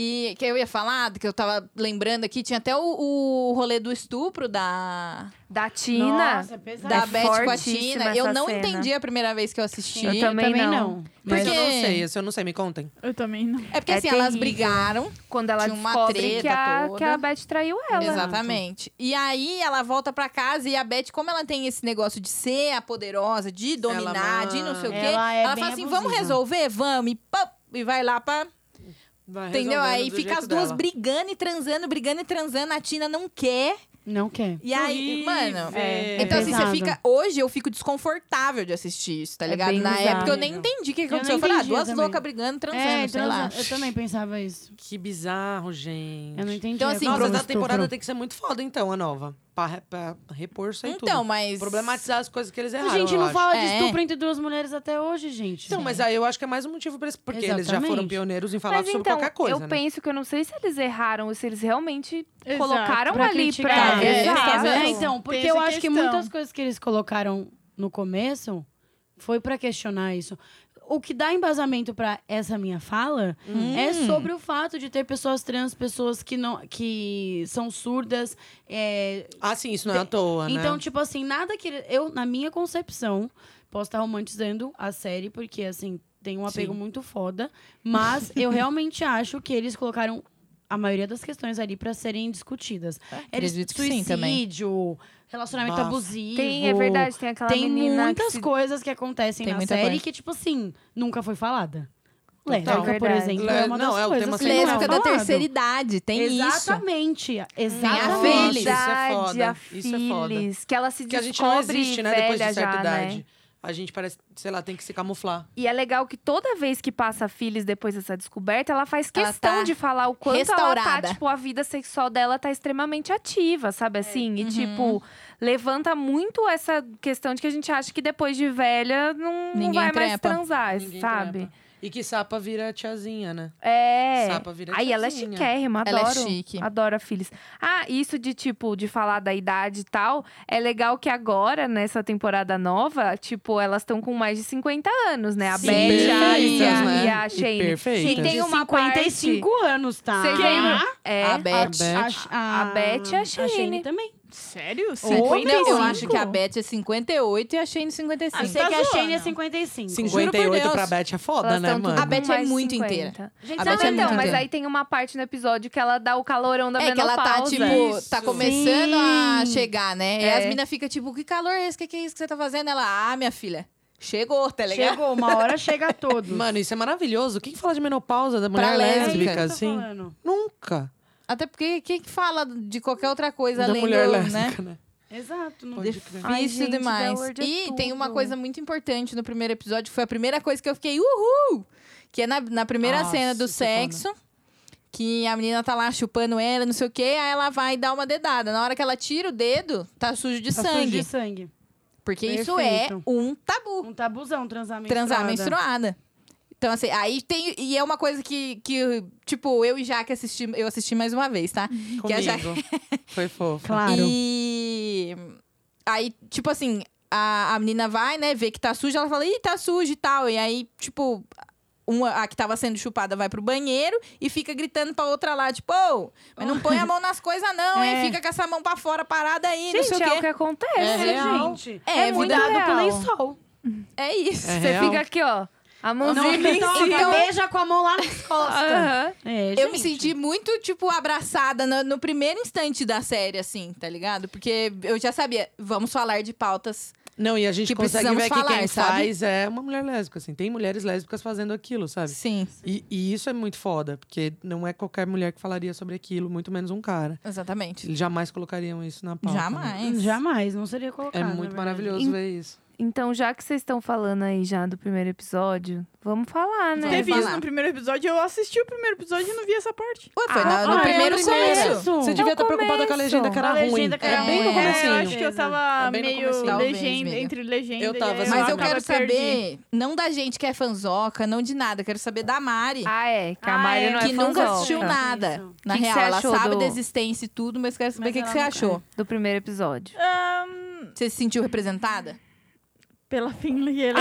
E que eu ia falar, que eu tava lembrando aqui, tinha até o, o rolê do estupro da,
da Tina.
Nossa, é pesado.
da
É
Beth com a
fortíssima
Tina. Eu
essa
não
cena.
entendi a primeira vez que eu assisti.
Eu também não.
Mas
Porque-
eu não sei. Esse eu não sei. Me contem.
Eu também não.
É porque
É
assim, elas
terrível.
brigaram,
Quando ela
Tinha uma
descobre que
treta
a,
toda.
que a Beth traiu ela.
exatamente. E aí ela volta pra casa e a Beth, como ela tem esse negócio de ser a poderosa, de dominar,
manda.
de não sei o quê,
Ela
ela,
é bem
fala assim:
abusiva.
vamos resolver? Vamos. E, pá, e vai lá pra.
Vai
Entendeu?
resolvendo
Aí
do
fica
jeito
as duas
dela.
brigando e transando, brigando e transando. A Tina não quer.
Não quer.
E aí, mano.
É.
Então, assim, você
pesado.
fica. Hoje eu fico desconfortável de assistir isso, tá
É
ligado?
bem
Na
bizarro.
época eu nem entendi o que
não
aconteceu. Eu falei, ah,
entendi
duas
também.
loucas brigando, transando,
é,
sei lá.
transa- Eu também pensava isso.
Que bizarro, gente.
Eu não entendi.
Então, assim,
como
Nossa,
pro-
essa
estupro.
temporada tem que ser muito foda, então, a nova. Pra, re- pra repor isso aí
Então,
tudo.
mas.
Problematizar as coisas que eles erraram,
A gente
eu
não
acho.
fala de
É.
estupro entre duas mulheres até hoje, gente.
Então, mas aí eu acho que é mais um motivo pra eles... Porque eles já
Exatamente.
foram pioneiros em falar
Mas
sobre
então,
qualquer coisa,
eu
né?
penso que eu não sei se eles erraram ou se eles realmente
Exato.
colocaram
Pra
ali
criticar.
pra...
né?
É,
Exato.
razão.
É, então, porque
Tem
eu
essa
acho que
questão.
muitas coisas que eles colocaram no começo foi pra questionar isso. O que dá embasamento pra essa minha fala
Hum.
é sobre o fato de ter pessoas trans, pessoas que não que são surdas. é,
Ah, sim, isso não é à toa,
então,
né?
tipo assim, nada que ele- eu na minha concepção posso estar romantizando a série porque assim tem um apego
Sim.
muito foda, mas eu realmente acho que eles colocaram a maioria das questões ali pra serem discutidas. Eles
acredito que sim, também.
suicídio, relacionamento
Bafo.
abusivo.
Tem, é verdade, tem aquela
Tem
menina
muitas
que se...
coisas que acontecem
Tem
na
muita
série
coisa.
que, tipo assim, nunca foi falada.
Total.
Lésbica, por
Verdade.
exemplo,
Lé-
é uma
não,
das
é o
coisas
tema
que
central.
não é
Lésbica da
falado.
terceira idade, tem isso.
Exatamente,
a
exatamente.
Phyllis.
Isso é foda.
A
Isso é foda.
Phyllis, que ela se
Que a
descobre
gente não existe, né? Depois
velha
de certa
já,
idade.
Né?
A gente parece, sei lá, tem que se camuflar.
E é legal que toda vez que passa a Phyllis depois dessa descoberta, ela faz
Ela
questão
tá
de falar o quanto ela
restaurada.
tá, tipo, a vida sexual dela tá extremamente ativa, sabe assim? E,
Uhum.
tipo, levanta muito essa questão de que a gente acha que depois de velha não, não
Ninguém
vai mais
trepa.
transar,
Ninguém
É, sabe?
trepa. E que sapa vira tiazinha, né?
É.
Sapa vira
Aí ela é
tiazinha.
chiquérrima, adoro.
Ela é chique.
Adoro a Phyllis. Ah, isso de, tipo, de falar da idade e tal, é legal que agora, nessa temporada nova, tipo, elas estão com mais de 50 anos, né? A
Sim.
Beth, a
Perfeitas,
Aria
né?
e a
E
Shane.
perfeitas.
E tem
de
uma
55 anos, tá?
Vocês lembram? É.
A
A,
Beth.
Beth.
a,
A Beth e a Shane.
também.
Sério?
Não,
55?
eu acho que a Beth é 58 e a Shane 55.
Eu sei
tá
que a Shane é
zoando.
55.
Juro por
58
Deus.
pra Beth é foda,
Elas
né,
tão tudo
mano?
com
A Beth é
mais
muito
50.
inteira.
Gente,
A
não,
Beth é
então,
muito
mas
inteira.
aí tem uma parte no episódio que ela dá o calorão da
É que ela
menopausa.
tá, tipo, tá
Isso.
começando a
Sim.
chegar, né? E
É.
as minas ficam, tipo, que calor é esse? O que, que é isso que você tá fazendo? Ela, ah, minha filha, chegou, tá ligado?
Chegou, uma hora chega a todos.
Mano, isso é maravilhoso. Quem que fala de menopausa da mulher
É isso
lésbica,
que eu
lésbica,
tô
assim?
falando.
Nunca.
Até porque quem que fala de qualquer outra coisa
da
além
mulher
do, né?
lésbica, né?
Exato. não-
Pode crer.
Ai,
Difícil
gente,
demais.
Bellward é
E tem uma
tudo.
coisa muito importante no primeiro episódio, que foi a primeira coisa que eu fiquei, uhul! Que é na, na primeira
Nossa,
cena do
isso é foda.
sexo, que a menina tá lá chupando ela, não sei o quê, aí ela vai dar uma dedada. Na hora que ela tira o dedo, tá sujo de
Tá sujo
sangue.
de sangue.
Porque isso é
Perfeito.
um tabu.
Um tabuzão transar menstruada.
Transar menstruada. Então, assim, aí tem. E é uma coisa que, que tipo, eu e Jaque assisti, eu assisti mais uma vez, tá? Que a Jaque-
Comigo. [laughs] Foi fofo.
Claro.
E aí, tipo assim, a, a menina vai, né, vê que tá suja, ela fala, ih, tá suja e tal. E aí, tipo, uma, a que tava sendo chupada vai pro banheiro e fica gritando pra outra lá, tipo, ô, mas não põe a mão nas coisas, não, hein?
É.
Fica com essa mão pra fora parada aí, não
Gente,
sei
é o
o
que
quê.
acontece,
É real.
gente.
gente.
É,
É,
vida
cuidado com o
real.
lençol.
É isso.
É
Você
real.
fica aqui, ó. A
Não
mãozinha em
então,
cima.
beija com a mão lá nas costas.
Aham.
É,
Eu me
gente.
senti muito, tipo, abraçada no, no primeiro instante da série, assim, tá ligado? Porque eu já sabia, vamos falar de pautas.
Não, e a gente
que
consegue
precisamos
ver que
falar,
quem
sabe?
faz é uma mulher lésbica, assim. Tem mulheres lésbicas fazendo aquilo, sabe?
Sim,
E, e isso é muito foda, porque não é qualquer mulher que falaria sobre aquilo, muito menos um cara.
exatamente.
Eles jamais colocariam isso na pauta. né?
Jamais.
Jamais, né? não seria colocado.
É
na
muito
verdade.
maravilhoso
Em-
ver isso.
Então, já que vocês estão falando aí já do primeiro episódio, vamos falar, né?
Vamos
Teve
falar.
isso no primeiro episódio, eu assisti o primeiro episódio e não vi essa parte.
Ué, foi
Ah,
na-
ah,
no
é o
primeiro
primeiro.
começo.
Você devia estar preocupada com a
começo.
legenda que era
A
ruim.
legenda que era
é
ruim.
bem no
É,
comecinho.
eu acho que eu tava
É bem no
meio
comecinho.
Talvez,
legenda,
amiga.
entre legenda
Eu
e
tava,
aí
assim,
Mas eu
acaba
quero
perdi.
saber, não da gente que é fanzoca, não de nada. eu Quero saber da Mari,
Ah, é. Que a
Ah,
Mari
é.
não é
que nunca
fanzoca.
assistiu um nada.
Isso.
Na
Que que
real,
você
ela
achou
sabe
do-
da existência e tudo, mas quero saber o
Mas
que, que
ela
você
nunca-
achou.
Do primeiro episódio.
Você se sentiu representada?
Pela Finley, ela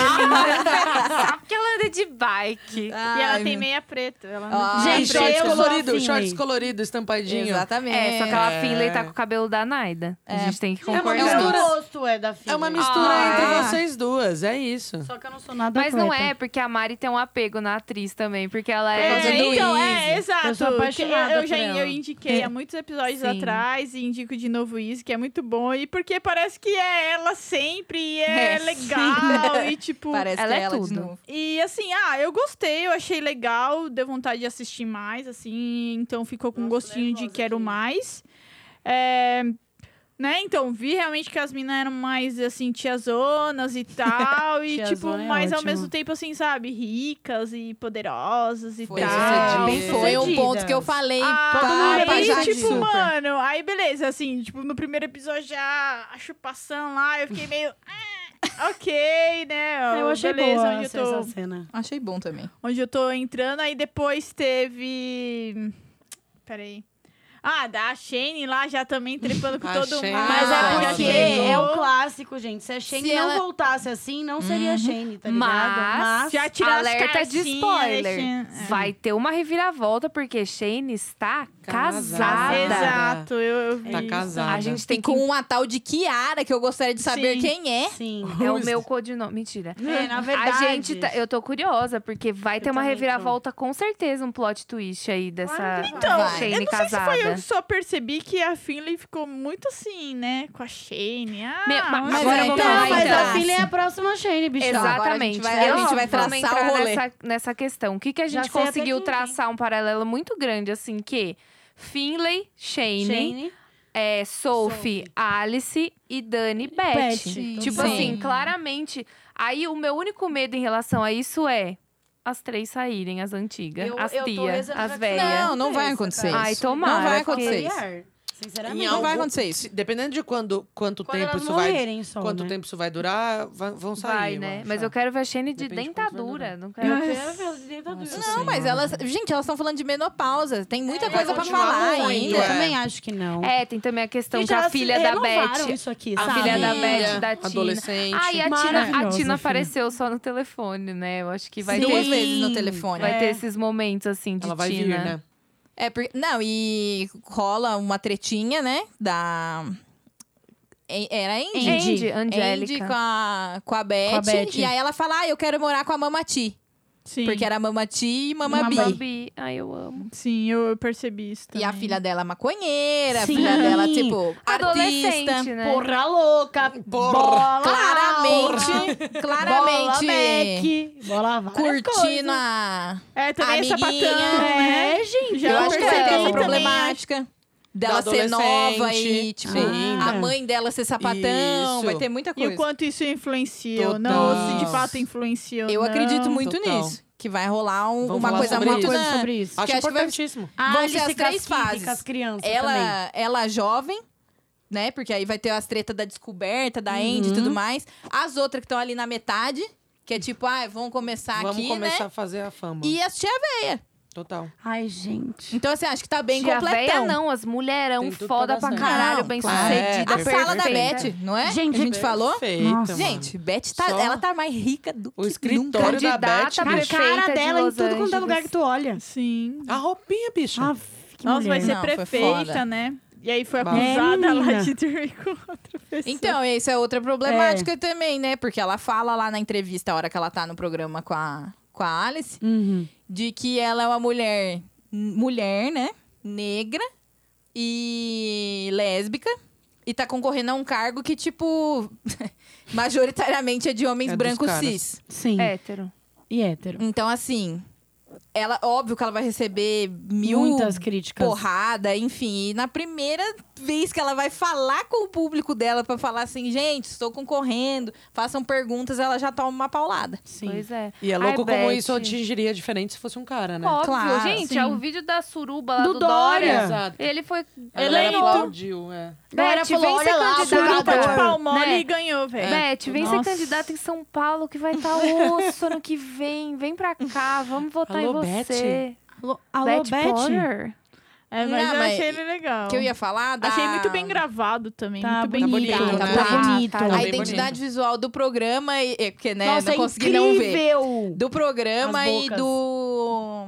Sabe que ela anda de bike.
E ela tem meia preta. Ela não-
Ah,
Gente,
Gente,
shorts
eu sou
colorido,
afim,
shorts
hein?
colorido, estampadinho.
Exatamente.
É, só que ela
É.
Finley tá com o cabelo da Naida. A gente tem que
uma
concordar.
mistura.
É o rosto, é, da filha.
É uma mistura
Ah,
entre
é.
vocês duas, é isso.
Só que eu não sou nada
Mas não é,
atleta.
porque a Mari tem um apego na atriz também, porque ela
É,
é.
causa do
então,
Easy.
é, exato.
Eu sou apaixonada
Eu, eu já
por ela.
eu indiquei há muitos episódios
Sim.
atrás e indico de novo isso, que é muito bom. E porque parece que é ela sempre e é,
É,
legal.
sim.
E tipo.
Parece
ela
que
é
ela tipo, de
tudo.
novo.
E assim, ah, eu gostei, eu achei legal, deu vontade de assistir mais, assim, então ficou com um
Nossa,
gostinho de
nervosa
quero
aqui.
mais. É, né, então, vi realmente que as minas eram mais, assim,
[laughs]
tiazonas e tal, e tipo,
Tiazona é
mas ao
ótimo.
mesmo tempo, assim, sabe, ricas e poderosas e
Foi,
tal.
bem sucedidas.
foi um ponto que eu falei
Ah,
pra,
mundo é
pra
aí,
bem,
Jade.
tipo,
Super.
mano, aí beleza, assim, tipo, no primeiro episódio já a chupação lá, eu fiquei meio. "Ah, ok, né?
[laughs] Eu achei
beleza,
boa
onde eu
essa,
tô
essa cena.
Achei bom também.
onde eu tô entrando. Aí depois teve. Peraí. Ah, da Shane lá já também trepando
[laughs]
com
A
todo
Shane.
mundo.
Ah,
Mas
sim.
é porque é o
claro.
clássico, gente. Se a Shane
Se
não
ela-
voltasse assim, não seria a Shane, tá ligado?
Uhum. Mas,
Já tiraram as
alerta de
carcinhas,
spoiler.
deixa- é.
Vai ter uma reviravolta, porque Shane está
Casada.
casada.
Exato, eu, eu vi.
Tá
isso.
casada.
É A gente
E
tem que.
com uma tal de Kiara, que eu gostaria de saber
Sim.
quem é.
Sim.
É o meu codinome. Mentira.
É, na verdade.
A gente tá- Eu tô curiosa, porque vai ter uma
também tô.
reviravolta, com certeza, um plot twist aí dessa
Claro
vai.
que
Shane
Então, Eu não sei se
casada.
foi eu que só percebi que a Finley ficou muito assim, né? Com a Shane. Ah,
Me- ma-
mas
agora eu vou
Então,
falar,
mas
então.
a filha é a próxima Shane, bicho.
Exato. agora a
Exatamente.
gente vai- a
Eu
gente vai
vamos
traçar
entrar
o rolê.
Nessa, nessa questão. O que, que a
Já
gente
sei até
conseguiu
quem
traçar um paralelo muito grande, assim, que Finley, Shane,
Shane.
é, Sophie,
Sophie.
Alice e Dani Beth.
Sim.
Tipo
Sim.
assim, claramente. Aí o meu único medo em relação a isso é as três saírem, as antigas,
Eu-
as
eu tô
tias,
rezando pra
as
que
velhas.
Não, não vai acontecer
Ai,
isso.
tomara,
Não vai
porque-
acontecer isso.
Sinceramente.
Em
Não vai
algum-
acontecer isso.
se- Dependendo de quando, quanto
Quando
tempo
elas
isso vai.
morrerem só,
quanto
né?
tempo isso vai durar, va- vão
então, Vai,
sair.
né?
acho.
Mas eu quero ver a Shane de
Depende de quanto vai
dentadura.
durar.
Não quero
Eu
ver.
quero ver as dentaduras.
Nossa
Não, mas elas. Gente, elas estão falando de menopausa. Tem muita
É,
coisa pra
continua
falar
muito,
ainda.
Eu
é.
também acho que não.
É, tem também a questão
Gente,
que a
elas se
filha da
renovaram
Beth.
isso aqui,
A
sabe?
filha da
Beth, da Tina.
adolescente.
Ah, e a Tina, a
Maravilhosa,
Tina
filha.
apareceu só no telefone, né? Eu acho que vai
Duas
ter.
vezes no telefone.
Vai
É.
ter esses momentos, assim, de
Ela vai
Tina.
vir, né?
É, porque. Não, e rola uma tretinha, né? Da. E- Era a Andy.
Andy,
Andy
Angélica.
Andy com a, com a Beth.
Com a Beth.
E aí ela fala: Ah, eu quero morar com a Mama Ti.
Sim,
Porque era Mama Ti e Mama,
Mama
Bi.
Mama Bi. Ai, eu amo.
sim, eu eu percebi isso
E
também.
a filha dela é maconheira, a
Sim.
filha dela, tipo, artista.
Adolescente, né?
Porra louca, bola,
Claramente,
bola
claramente
Beck, bola várias
curtindo
coisas.
a.
É, também é
Amiguinha.
sapatão, né?
É, gente.
Já
eu acho que ela
percebi
tem essa
também,
problemática dela
Da
ser nova
adolescente.
e, tipo,
Sim.
Ah.
a mãe dela ser sapatão.
Isso.
Vai ter muita
E
coisa.
o quanto isso influencia ou
Total.
não, se de fato influencia ou
Eu
não.
acredito muito
Total.
nisso. Que vai rolar um-
Vamos
uma
falar
coisa
sobre
muito.
isso.
na-
sobre isso.
acho
Acho
que vai-
importantíssimo.
A
vão
Alice
ser as
com
três
as Kitty,
fases.
Com as crianças também.
Ela, ela jovem, né? Porque aí vai ter as tretas da descoberta, da Andy e tudo mais. As outras que estão ali na metade. Que é tipo, ah, vamos começar
Vamos
aqui,
começar
né?
a fazer a fama.
E assistir a veia.
Total.
Ai, gente.
Então, assim, acho que tá bem
Tia véia
completão.
não, as mulherão
Tem tudo
foda pra
pra dar
caralho,
certo.
bem
Claro.
sucedida.
É. A sala da
perfeita.
Beth, não é?
Gente,
Que a gente falou?
Perfeita,
Nossa.
mano.
Gente, Beth tá,
Só-
ela tá mais rica do
O
que
escritório
nunca.
da
Candidata
Beth,
A
bicho.
Prefeita
cara
de
dela em
Los
tudo quanto é
Angeles.
lugar que tu olha.
Sim.
A roupinha, bicha.
Ah, que
Nossa, vai ser
Não, foi foda.
prefeita, né? E aí foi
Bah.
acusada
É,
lá
menina.
de dormir com outra pessoa.
Então, essa é outra problemática também, né? Porque ela fala lá na entrevista, a hora que ela tá no programa com a, com a Alice,
Uhum.
de que ela é uma mulher, mulher, né? Negra e lésbica. E tá concorrendo a um cargo que, tipo, [laughs] majoritariamente é de homens
É dos
brancos
caras.
cis.
Sim.
Hétero.
E hétero.
Então, assim, ela, óbvio que ela vai receber mil
Muitas críticas.
porrada, enfim. E na primeira vez que ela vai falar com o público dela pra falar assim, gente, estou concorrendo, façam perguntas, ela já toma uma paulada.
Sim.
Pois é.
E é louco
Ai,
como
Beth.
isso atingiria diferente se fosse um cara, né?
Óbvio,
Claro,
gente,
sim.
é o vídeo da suruba lá
Do
do, Dória.
Dória.
Exato.
Ele foi
A galera
eleito.
aplaudiu, é.
A galera
Beth,
falou,
vem ser
olha lá,
candidata.
Suruba de
Né?
pau mole e ganhou, velho.
É,
Beth, vem
Nossa.
ser candidata em São Paulo, que vai estar osso ano que vem. Vem pra cá, vamos votar
Alô,
em você.
Alô, alô Beth?
Potter.
É, mas
Não,
eu
mas-
achei ele legal.
Que eu ia falar da...
Achei muito bem gravado também.
Tá
muito
bonito,
bonito,
tá,
né?
tá bonito.
Tá, tá
A
bem
identidade visual do programa, e, é, porque, né,
Nossa,
não
é
consegui
incrível!
não ver. Do programa
As
e
bocas.
do...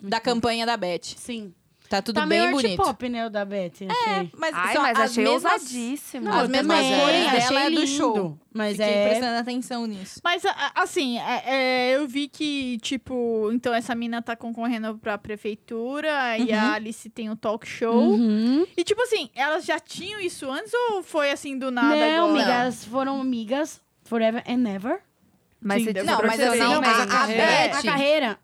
Da campanha da Beth.
Sim.
Tá tudo
tá
bem
meio art
bonito.
pop, né, o da Beth, achei.
Mas
Ai,
são
mas
as
achei
mesmas...
ousadíssimo.
As
Eu
mesmas
também,
cores dela
achei
é do
lindo,
show.
Mas
Fiquei
é...
prestando atenção nisso.
Mas, a- a- assim, é- é, eu vi que, tipo, então essa mina tá concorrendo pra prefeitura e a Alice tem o talk show.
Uhum.
E, tipo assim, elas já tinham isso antes ou foi assim do nada?
Não,
agora?
amigas, foram amigas forever and ever.
Mas
Sim,
você
deu
Não,
pra
mas eu
perceber.
não...
Não, mas
A,
a
a
carreira-
A
Beth...
carreira,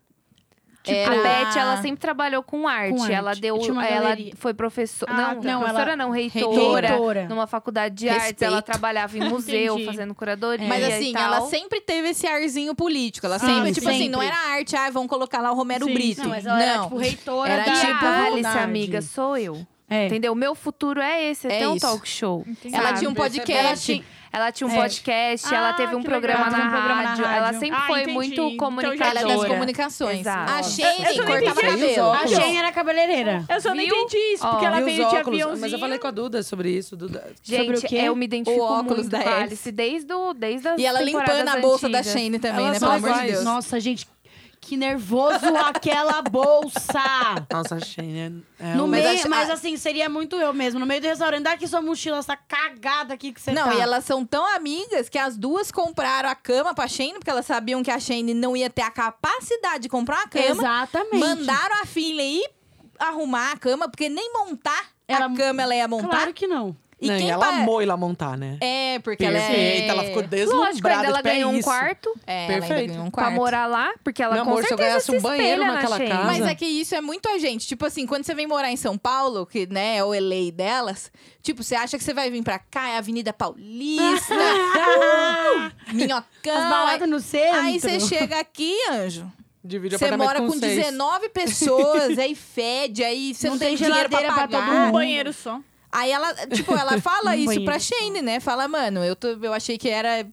Tipo, A
era-
Beth, ela é sempre trabalhou com arte.
Com arte.
Ela deu.
Tinha uma
Ela
galeria.
foi professora.
Ah,
não,
tá. Não,
professora
ela-
não, reitora.
reitora.
Numa faculdade de artes,
Respeito.
ela trabalhava em museu,
Entendi.
fazendo curadoria.
Mas assim,
É, e tal.
ela sempre teve esse arzinho político. Ela sempre,
Ah,
tipo
sempre.
assim, não era arte, ah, vamos colocar lá o Romero
Sim,
Brito.
Não, mas ela era, tipo, reitora
Era
E
da...
a
tipo
Alice,
faculdade.
amiga, sou eu.
É.
Entendeu? O meu futuro é esse, é,
É
ter um
isso.
talk show.
Entendi.
ela
sabe?
tinha um
Ela
podcast.
tinha-
Ela tinha um
É.
podcast,
Ah,
ela teve um
que
programa,
legal.
na,
Ela teve um programa na
rádio,
rádio.
Ela sempre
Ah,
foi
entendi. Então
muito
já
comunicadora.
Ela é das comunicações.
Exato.
A
Eu- eu
Shane
também
cortava
entendi.
cabelo.
A Shane era cabeleireira.
Eu só não
Viu?
entendi isso, porque
Ó.
ela
E os
veio de
óculos?
aviãozinho.
Mas eu falei com a Duda sobre isso. Duda.
Sobre o
Gente,
quê?
eu me identifico
O óculos
muito
da
com a
Alice.
Alice desde, o, desde as
E ela limpando
temporadas
a bolsa da
antigas.
Shane também,
Ela
né? Pelo
só
amor de
faz.
Deus.
Nossa, gente, que nervoso aquela bolsa!
Nossa, achei, né? É,
No
mas
meio,
acho-
mas
a-
assim, seria muito eu mesmo. No meio do restaurante, dá aqui sua mochila, essa cagada aqui que você
Não,
tá.
e elas são tão amigas que as duas compraram a cama pra Shane, porque elas sabiam que a Shane não ia ter a capacidade de comprar a cama.
Exatamente.
Mandaram a filha ir arrumar a cama, porque nem montar
Ela-
a cama ela ia montar.
Claro que não.
E
Não, e
quem
ela
pa-
amou ir lá montar, né?
É, porque ela é...
Perfeita, Então ela ficou deslumbrada.
Lógico, ainda ela
tipo, é
ganhou um
isso.
quarto,
É, ela ainda
Perfeito.
ganhou um quarto.
pra morar lá, porque ela
Meu
com
amor, se eu
certeza
ganhasse um
se espelha
banheiro
na
naquela
Shane.
casa-
Mas
Arrasa.
é que isso é muito a gente. Tipo assim, quando você vem morar em São Paulo, que né, é o LA delas, tipo, você acha que você vai vir pra cá, é Avenida Paulista,
[laughs]
Ah,
uh,
As
Minhocão. aí-
baladas no centro.
Aí você chega aqui, anjo.
Divide
Você
apartamento
mora com,
seis.
19 pessoas, aí fede, aí você não,
Não
tem,
tem
dinheiro pra
geladeira pra
pagar.
todo
Um
mundo.
banheiro só.
Aí ela, tipo,
[laughs]
ela fala
Um
isso pra
banheiro
Shane, né? Fala, mano, eu, tô, eu achei que era.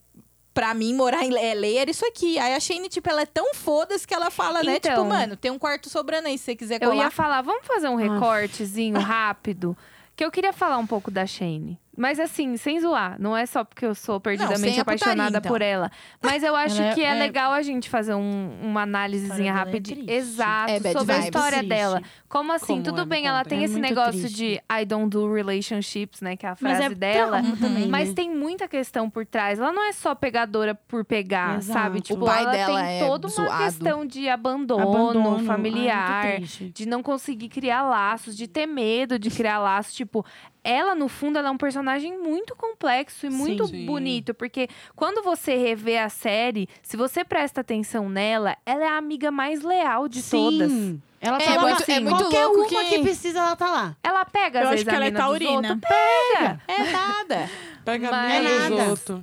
Pra mim, morar em LA era isso aqui. Aí a Shane, tipo, ela é tão foda-se que ela fala, né?
Então.
Tipo, mano, tem um quarto sobrando aí, se você quiser
Eu
colar. Ah.
ia falar, vamos fazer um
[laughs]
recortezinho rápido, que eu queria falar um pouco da Shane. Mas assim, sem zoar, não é só porque eu sou
Não,
perdidamente
sem a putaria,
apaixonada
então.
por ela. Mas eu acho
Ela é-
que é,
é-
legal a gente fazer um- uma análisezinha
História dela é
rápida.
triste.
Exato,
É bad
sobre a
vibes.
história
Triste.
dela. Como assim?
Como
Tudo
é? Me
bem, ela
conta.
tem
É
esse
muito
negócio
triste.
de I don't do relationships, né? Que é a
Mas
frase
é
dela.
trauma também,
Mas
né?
tem muita questão por trás. Ela não é só pegadora por pegar,
Exato.
sabe?
O
Tipo,
pai
ela
dela
tem
é
toda uma
zoado.
questão de
Abandono. Ai,
abandono
muito
familiar
triste.
de não conseguir criar laços, de ter medo de criar laços, tipo, ela no fundo ela é um personagem muito complexo e
Sim.
muito
Sim.
bonito, porque quando você revê a série, se você presta atenção nela, ela é a amiga mais leal de todas.
Sim. Ela
É
tá lá.
muito- é muito
Qualquer
louco
uma
que-
que... precisa, ela tá lá.
Ela pega às
Eu acho
vezes
que
a
ela é
mina dos
taurina.
outros, Pega.
É nada.
Pega
Mas-
a
É
minha
nada.
dos outros.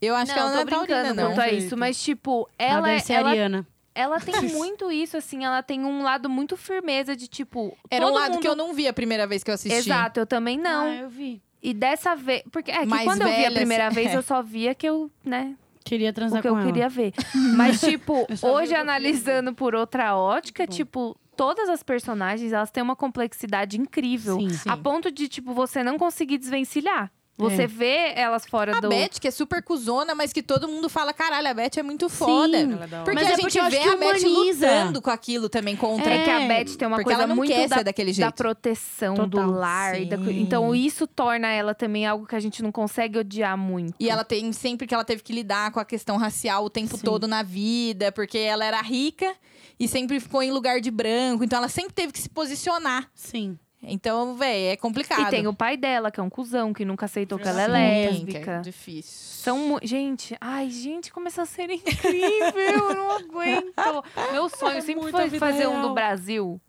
Eu acho
não,
que ela não
tô
é taurina,
brincando
não.
quanto a isso, mas tipo, ela
deve ser
ela,
ariana.
ela
[laughs]
tem muito isso assim, ela tem um lado muito firmeza de tipo,
Era um
todo
lado
mundo...
que eu não vi a primeira vez que eu assisti.
Exato, Ah, eu também não.
eu vi.
E dessa vez. Porque é que
Mais
quando eu vi a
velha,
primeira
assim,
vez,
é.
eu só via que eu, né?
Queria transar
o que
com
eu
ela.
queria é ver. Mas, tipo,
[laughs] Eu só vi o que eu
hoje
queria
analisando por outra ótica,
Bom.
tipo, todas as personagens, elas têm uma complexidade incrível.
Sim.
A ponto de, tipo, você não conseguir desvencilhar. Você
É.
vê elas fora
A
do.
Beth, que é super cuzona, mas que todo mundo fala, caralho, a Beth é muito foda.
Sim.
Ela é da hora.
Porque a
Mas é
gente
porque eu acho
vê
que
a Beth
humaniza.
lutando com aquilo também contra.
É que a
É,
Beth tem uma
porque
coisa
ela não
muito
quer
da,
ser daquele
da
jeito.
proteção
Total.
do lar. da co-
Sim.
então, isso torna ela também algo que a gente não consegue odiar muito.
E ela tá tem sempre que ela teve que lidar com a questão racial o tempo
Sim.
todo na vida, porque ela era rica e sempre ficou em lugar de branco, então ela sempre teve que se posicionar.
Sim.
Então, véi, é complicado.
E tem o pai dela, que é um cuzão, que nunca aceitou que ela é
Sim,
que
lésbica.
é difícil.
São mu- Gente, ai, gente, como essa série é
[laughs]
incrível, eu não aguento. Meu sonho
É
sempre
muita
foi
vida
fazer um
real.
do Brasil.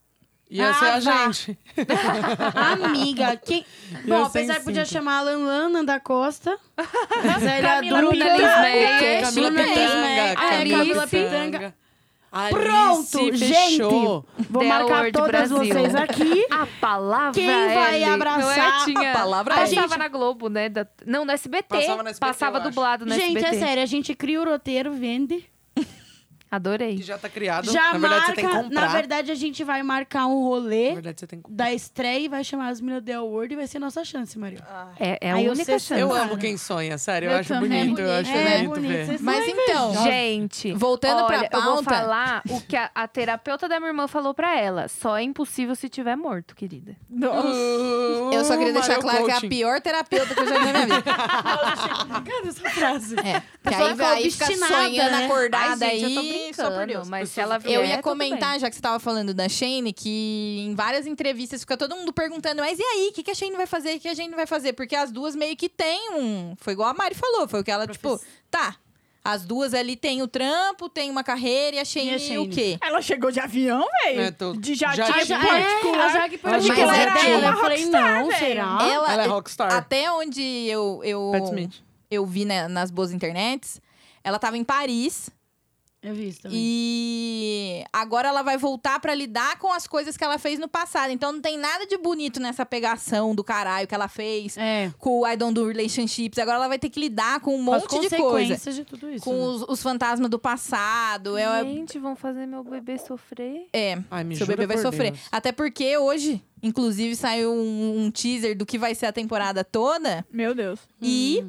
Ia
Ah,
ser é a
vá.
gente.
[laughs] Amiga, quem.
Eu
Bom, apesar
sem
de podia
cinto.
chamar Alan Lana da Costa.
[laughs]
Zélia
Camila
Dutra.
Lismeyer.
Camila
Bruna
Pitanga.
Lismeyer. Ah, é, Camila
Alice.
Pitanga.
Alice
Pronto,
fechou.
Vou
The
marcar
Award
todas
Brasil.
vocês aqui.
[laughs] A palavra
Quem vai
L, não é,
abraçar
tinha...
a palavra
Passava
L.
na Globo, né? Da- Não, no SBT.
Passava no SBT,
Passava
eu acho.
dublado no
Gente,
SBT.
é sério, a gente cria o roteiro, vende.
Que
Adorei.
já tá criado.
Já
na verdade,
marca.
você tem que comprar.
Na verdade, a gente vai marcar um
Na
rolê
verdade, você tem que comprar.
da estreia e vai chamar as meninas do The Award e vai ser nossa chance, Maria.
É, é a
Aí eu
única
sei-
chance.
Eu
Cara.
amo quem sonha, sério. Eu,
Eu
acho bonito,
também.
Eu acho
É
bonito, ver.
vocês são
Mas então,
invejosos.
Gente,
Voltando
olha,
pra
eu vou
pauta.
falar o que a, a terapeuta da minha irmã falou pra ela. Só é impossível se tiver morto, querida.
Uh,
Eu só queria deixar
Mario
claro que é a
Coaching.
pior terapeuta que eu já vi na minha vida.
[laughs]
Cara, essa [laughs] frase.
É, porque
pessoa
aí,
fica
aí fica
obstinada,
sonhando
né?
acordada
Ai, gente, eu tô
aí, só por
brincando,
Deus.
Mas se ela vier,
Eu ia
É, tá tudo
comentar, já que você tava falando da Shane, que em várias entrevistas fica todo mundo perguntando, mas e aí, o que, que a Shane vai fazer? O que a Shane vai fazer? Porque as duas meio que tem um. Foi igual a Mari falou, foi o que ela, tipo, tá. As duas ali tem o trampo, tem uma carreira e a Shane,
E a Shane?
o quê?
Ela chegou de avião, velho?
É, tô-
De
já
jatinho
A,
tive-
Ja- é,
Tipo,
a
particular.
Jaque
Acho
perguntou
que
que ela
ela
era
é
dela. Eu
uma
falei,
rockstar,
não,
velho.
será?
Ela é rockstar.
Até onde eu eu,
Pat Smith.
eu vi né, nas boas internets, ela tava em Paris
Eu vi isso também.
E agora ela vai voltar pra lidar com as coisas que ela fez no passado. Então não tem nada de bonito nessa pegação do caralho que ela fez
É.
com o I Don't Do Relationships. Agora ela vai ter que lidar com um
Com as
monte de coisa.
consequências de tudo isso.
Com
né?
os, os fantasmas do passado.
bem.
É,
Gente, vão fazer meu bebê sofrer.
é,
Ai, me
seu
jura
bebê vai
por
sofrer.
Deus.
Até porque hoje, inclusive, saiu um, um teaser do que vai ser a temporada toda.
Meu Deus.
E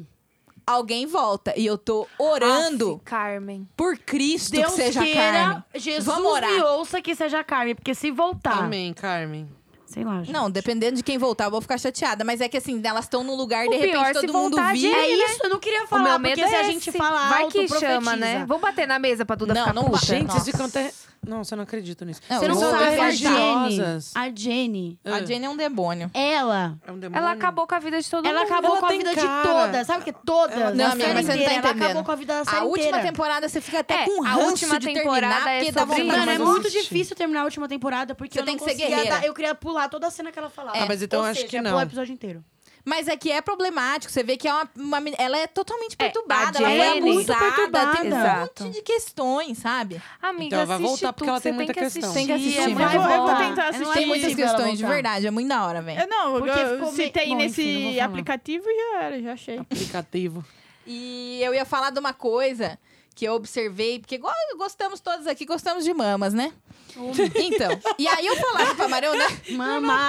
alguém volta. E eu tô orando
Aff, Carmen.
por Cristo
Deus
que seja a
queira,
Carmen.
Jesus
Vamos orar.
me ouça que seja a Carmen, porque se voltar...
Amém, Carmen.
Sei lá, gente.
Não, dependendo de quem voltar, eu vou ficar chateada. Mas é que assim, elas estão num lugar, de
O pior,
repente
se
todo mundo
voltar,
vira.
É isso, eu não queria
o
falar,
meu medo
porque
é
se a
esse.
gente falar
Vai
alto,
que chama,
profetiza.
né? Vou bater na mesa pra Duda
Não,
ficar
não
puta.
bate.
Gente, vocês
Nossa.
ficam até... Nossa, eu é- não acredito nisso.
Não,
Você não
eu
Vocês
vou
são
sabe, a Jenny,
religiosas. Ah,
a Jenny,
A Jenny é um demônio.
ela...
É um demônio.
Ela acabou com a vida de todo
Ela
mundo.
acabou
ela
com a
tem
vida
cara.
de todas, sabe o que? Todas,
Ela-
da
Não, amiga,
série
mas você não tá
inteira. Ela acabou
entendendo.
com a vida da série
A última
inteira.
temporada você fica até
É,
com
a
ranço
última
de
temporada
terminar,
é
porque dá
sobre
vontade
isso.
Mano, é
Mas
muito
assiste.
difícil terminar a última temporada, porque
Você
eu
tem
não
que ser
conseguia
guerreira.
dar- eu queria pular toda a cena que ela falava.
Ah, mas então
Ou
acho
seja,
que não.
pular o episódio inteiro.
Mas é que é problemático. Você vê que é uma, uma men- ela é totalmente
É,
perturbada.
a
ela foi
Jenny- Muito
abusada. Tem um
perturbada.
monte de questões, sabe?
Amiga,
Então ela vai
assiste
voltar, porque
tudo,
ela tem
você
muita
que
questão.
assistir,
Tem que assistir,
é
Eu
muito
vou, eu
bom.
vou tentar
Eu não
assistir.
Tem muitas
possível ela
questões, de
voltar.
verdade. É muito da hora, velho.
É, Não,
Porque
eu-
ficou
se
meio-
tem
Bom,
nesse
enfim, não vou falar.
aplicativo, já era, já achei.
Aplicativo.
E eu ia falar de uma coisa que eu observei, porque igual gostamos todos aqui, gostamos de mamas, né?
Uhum.
Então, e aí eu falava pra Marion, né?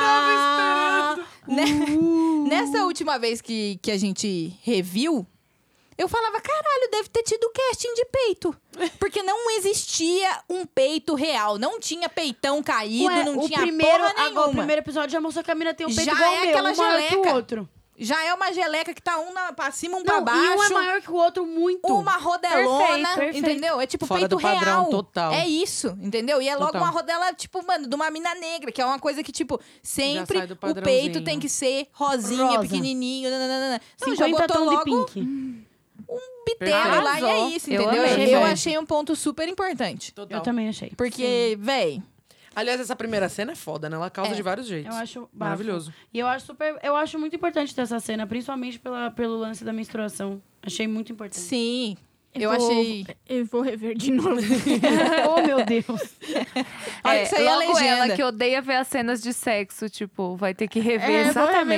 Mamá!
né?
Uh.
Nessa última vez que, que a gente reviu, eu falava, caralho, deve ter tido casting de
[laughs]
peito. Porque não existia um peito real. Não tinha peitão caído,
Ué,
não
o
tinha
primeiro,
porra nenhuma.
agora, o primeiro episódio já mostrou que a mina tem um peito
Já é
igual o meu,
aquela
um maior que
geleca.
o outro.
Já é uma geleca que tá um na, pra cima, um pra
Não,
baixo.
e um é maior que o outro muito.
Uma rodelona,
Perfeito, perfeito.
entendeu? É tipo
Fora
peito
do padrão,
real.
total.
É isso, entendeu? E é logo
Total.
uma rodela, tipo, mano, de uma mina negra, que é uma coisa que, tipo, sempre
sai do
o peito
padrãozinho.
tem que ser rosinha,
Rosa.
pequenininho, nananana. Não, já
50
botou
tons de
logo
pink.
bitelo lá e é
Arrasou.
isso,
Eu
entendeu? Eu,
amei,
eu
velho.
achei um ponto super importante.
Eu
Total.
também achei.
Porque, véi,
Aliás, essa primeira cena é foda, né? Ela causa
É.
de vários
Eu
jeitos.
acho bafo.
Maravilhoso.
E eu acho super, eu acho muito importante ter essa cena, principalmente pela, pelo lance da menstruação. Achei muito importante.
sim. Eu
vou-
achei.
Eu vou rever de novo.
[laughs] oh, meu [laughs] Deus.
Olha
é,
que isso aí é
logo
legenda.
ela que odeia ver as cenas de sexo, tipo, vai ter que rever
É, vou rever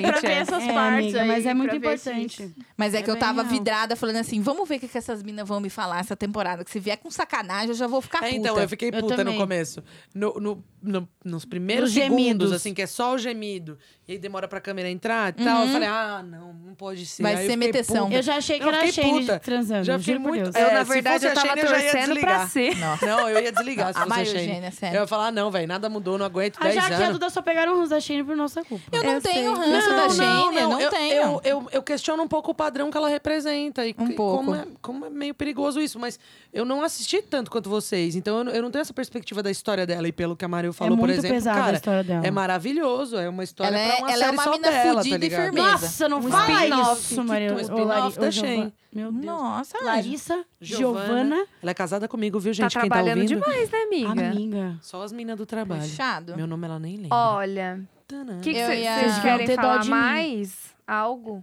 exatamente.
pra ver
é.
essas
É,
partes
amiga,
aí,
mas é muito
pra ver se-
importante.
Mas é,
É
que eu
bem
tava
real.
vidrada falando assim: vamos ver o que, que essas minas vão me falar essa temporada. Que se vier com sacanagem, eu já vou ficar
É,
puta.
então, eu fiquei
Eu
puta no
também.
começo. No- no- no- nos primeiros
Nos
segundos,
gemidos.
assim, que é só o gemido. E aí demora pra câmera entrar e tal. Eu falei, ah, não, não pode ser.
Vai
Aí eu
ser
fiquei
meteção.
puta.
Eu já achei que
Eu
era a
fiquei
Shane
puta.
transando.
Já fiquei
juro por Deus.
muito-
Eu,
É,
na
se
verdade,
fosse
eu
a
tava
Shane, eu já ia
torcendo pra
desligar.
ser.
Não, assim, eu ia desligar se
Ah,
fosse a
mas
Shane.
Eugênia, sério.
Eu ia falar, não, velho, nada mudou, não aguento
A
10
Jaque e a
anos.
Duda só pegaram o ranço da Shane por nossa culpa.
Eu não
Eu sei.
tenho ranço da Shane, eu não
eu,
tenho.
Eu, eu, eu questiono um pouco o padrão que ela representa. E
Um
que-
pouco.
Como é, como é meio perigoso isso. Mas eu não assisti tanto quanto vocês. Então eu, não- eu não tenho essa perspectiva da história dela. E pelo que a Mario falou,
é
por
muito
exemplo,
pesada a
cara,
história dela.
é maravilhoso. É uma história
Ela é-
pra
ela
uma
é
série
uma
só
mina
dela,
fudida e
tá ligado?
firme.
Nossa, não
Um
fala
spin-off,
isso,
que-
Maria.
um
Ô,
spin-off
Lari-
da
ô, Giova-
Shane.
Meu Deus.
Nossa,
Larissa,
Giovana.
Giovana,
Ela é casada comigo, viu,
Tá
gente? Quem tá
trabalhando
ouvindo?
demais, né, amiga?
amiga.
Só as minas do trabalho.
Puxado.
Meu nome ela nem lembra.
Olha, o
Tanã.
que
Eu
vocês
ia- Não
querem
ter dó
falar
de mim.
mais? Algo?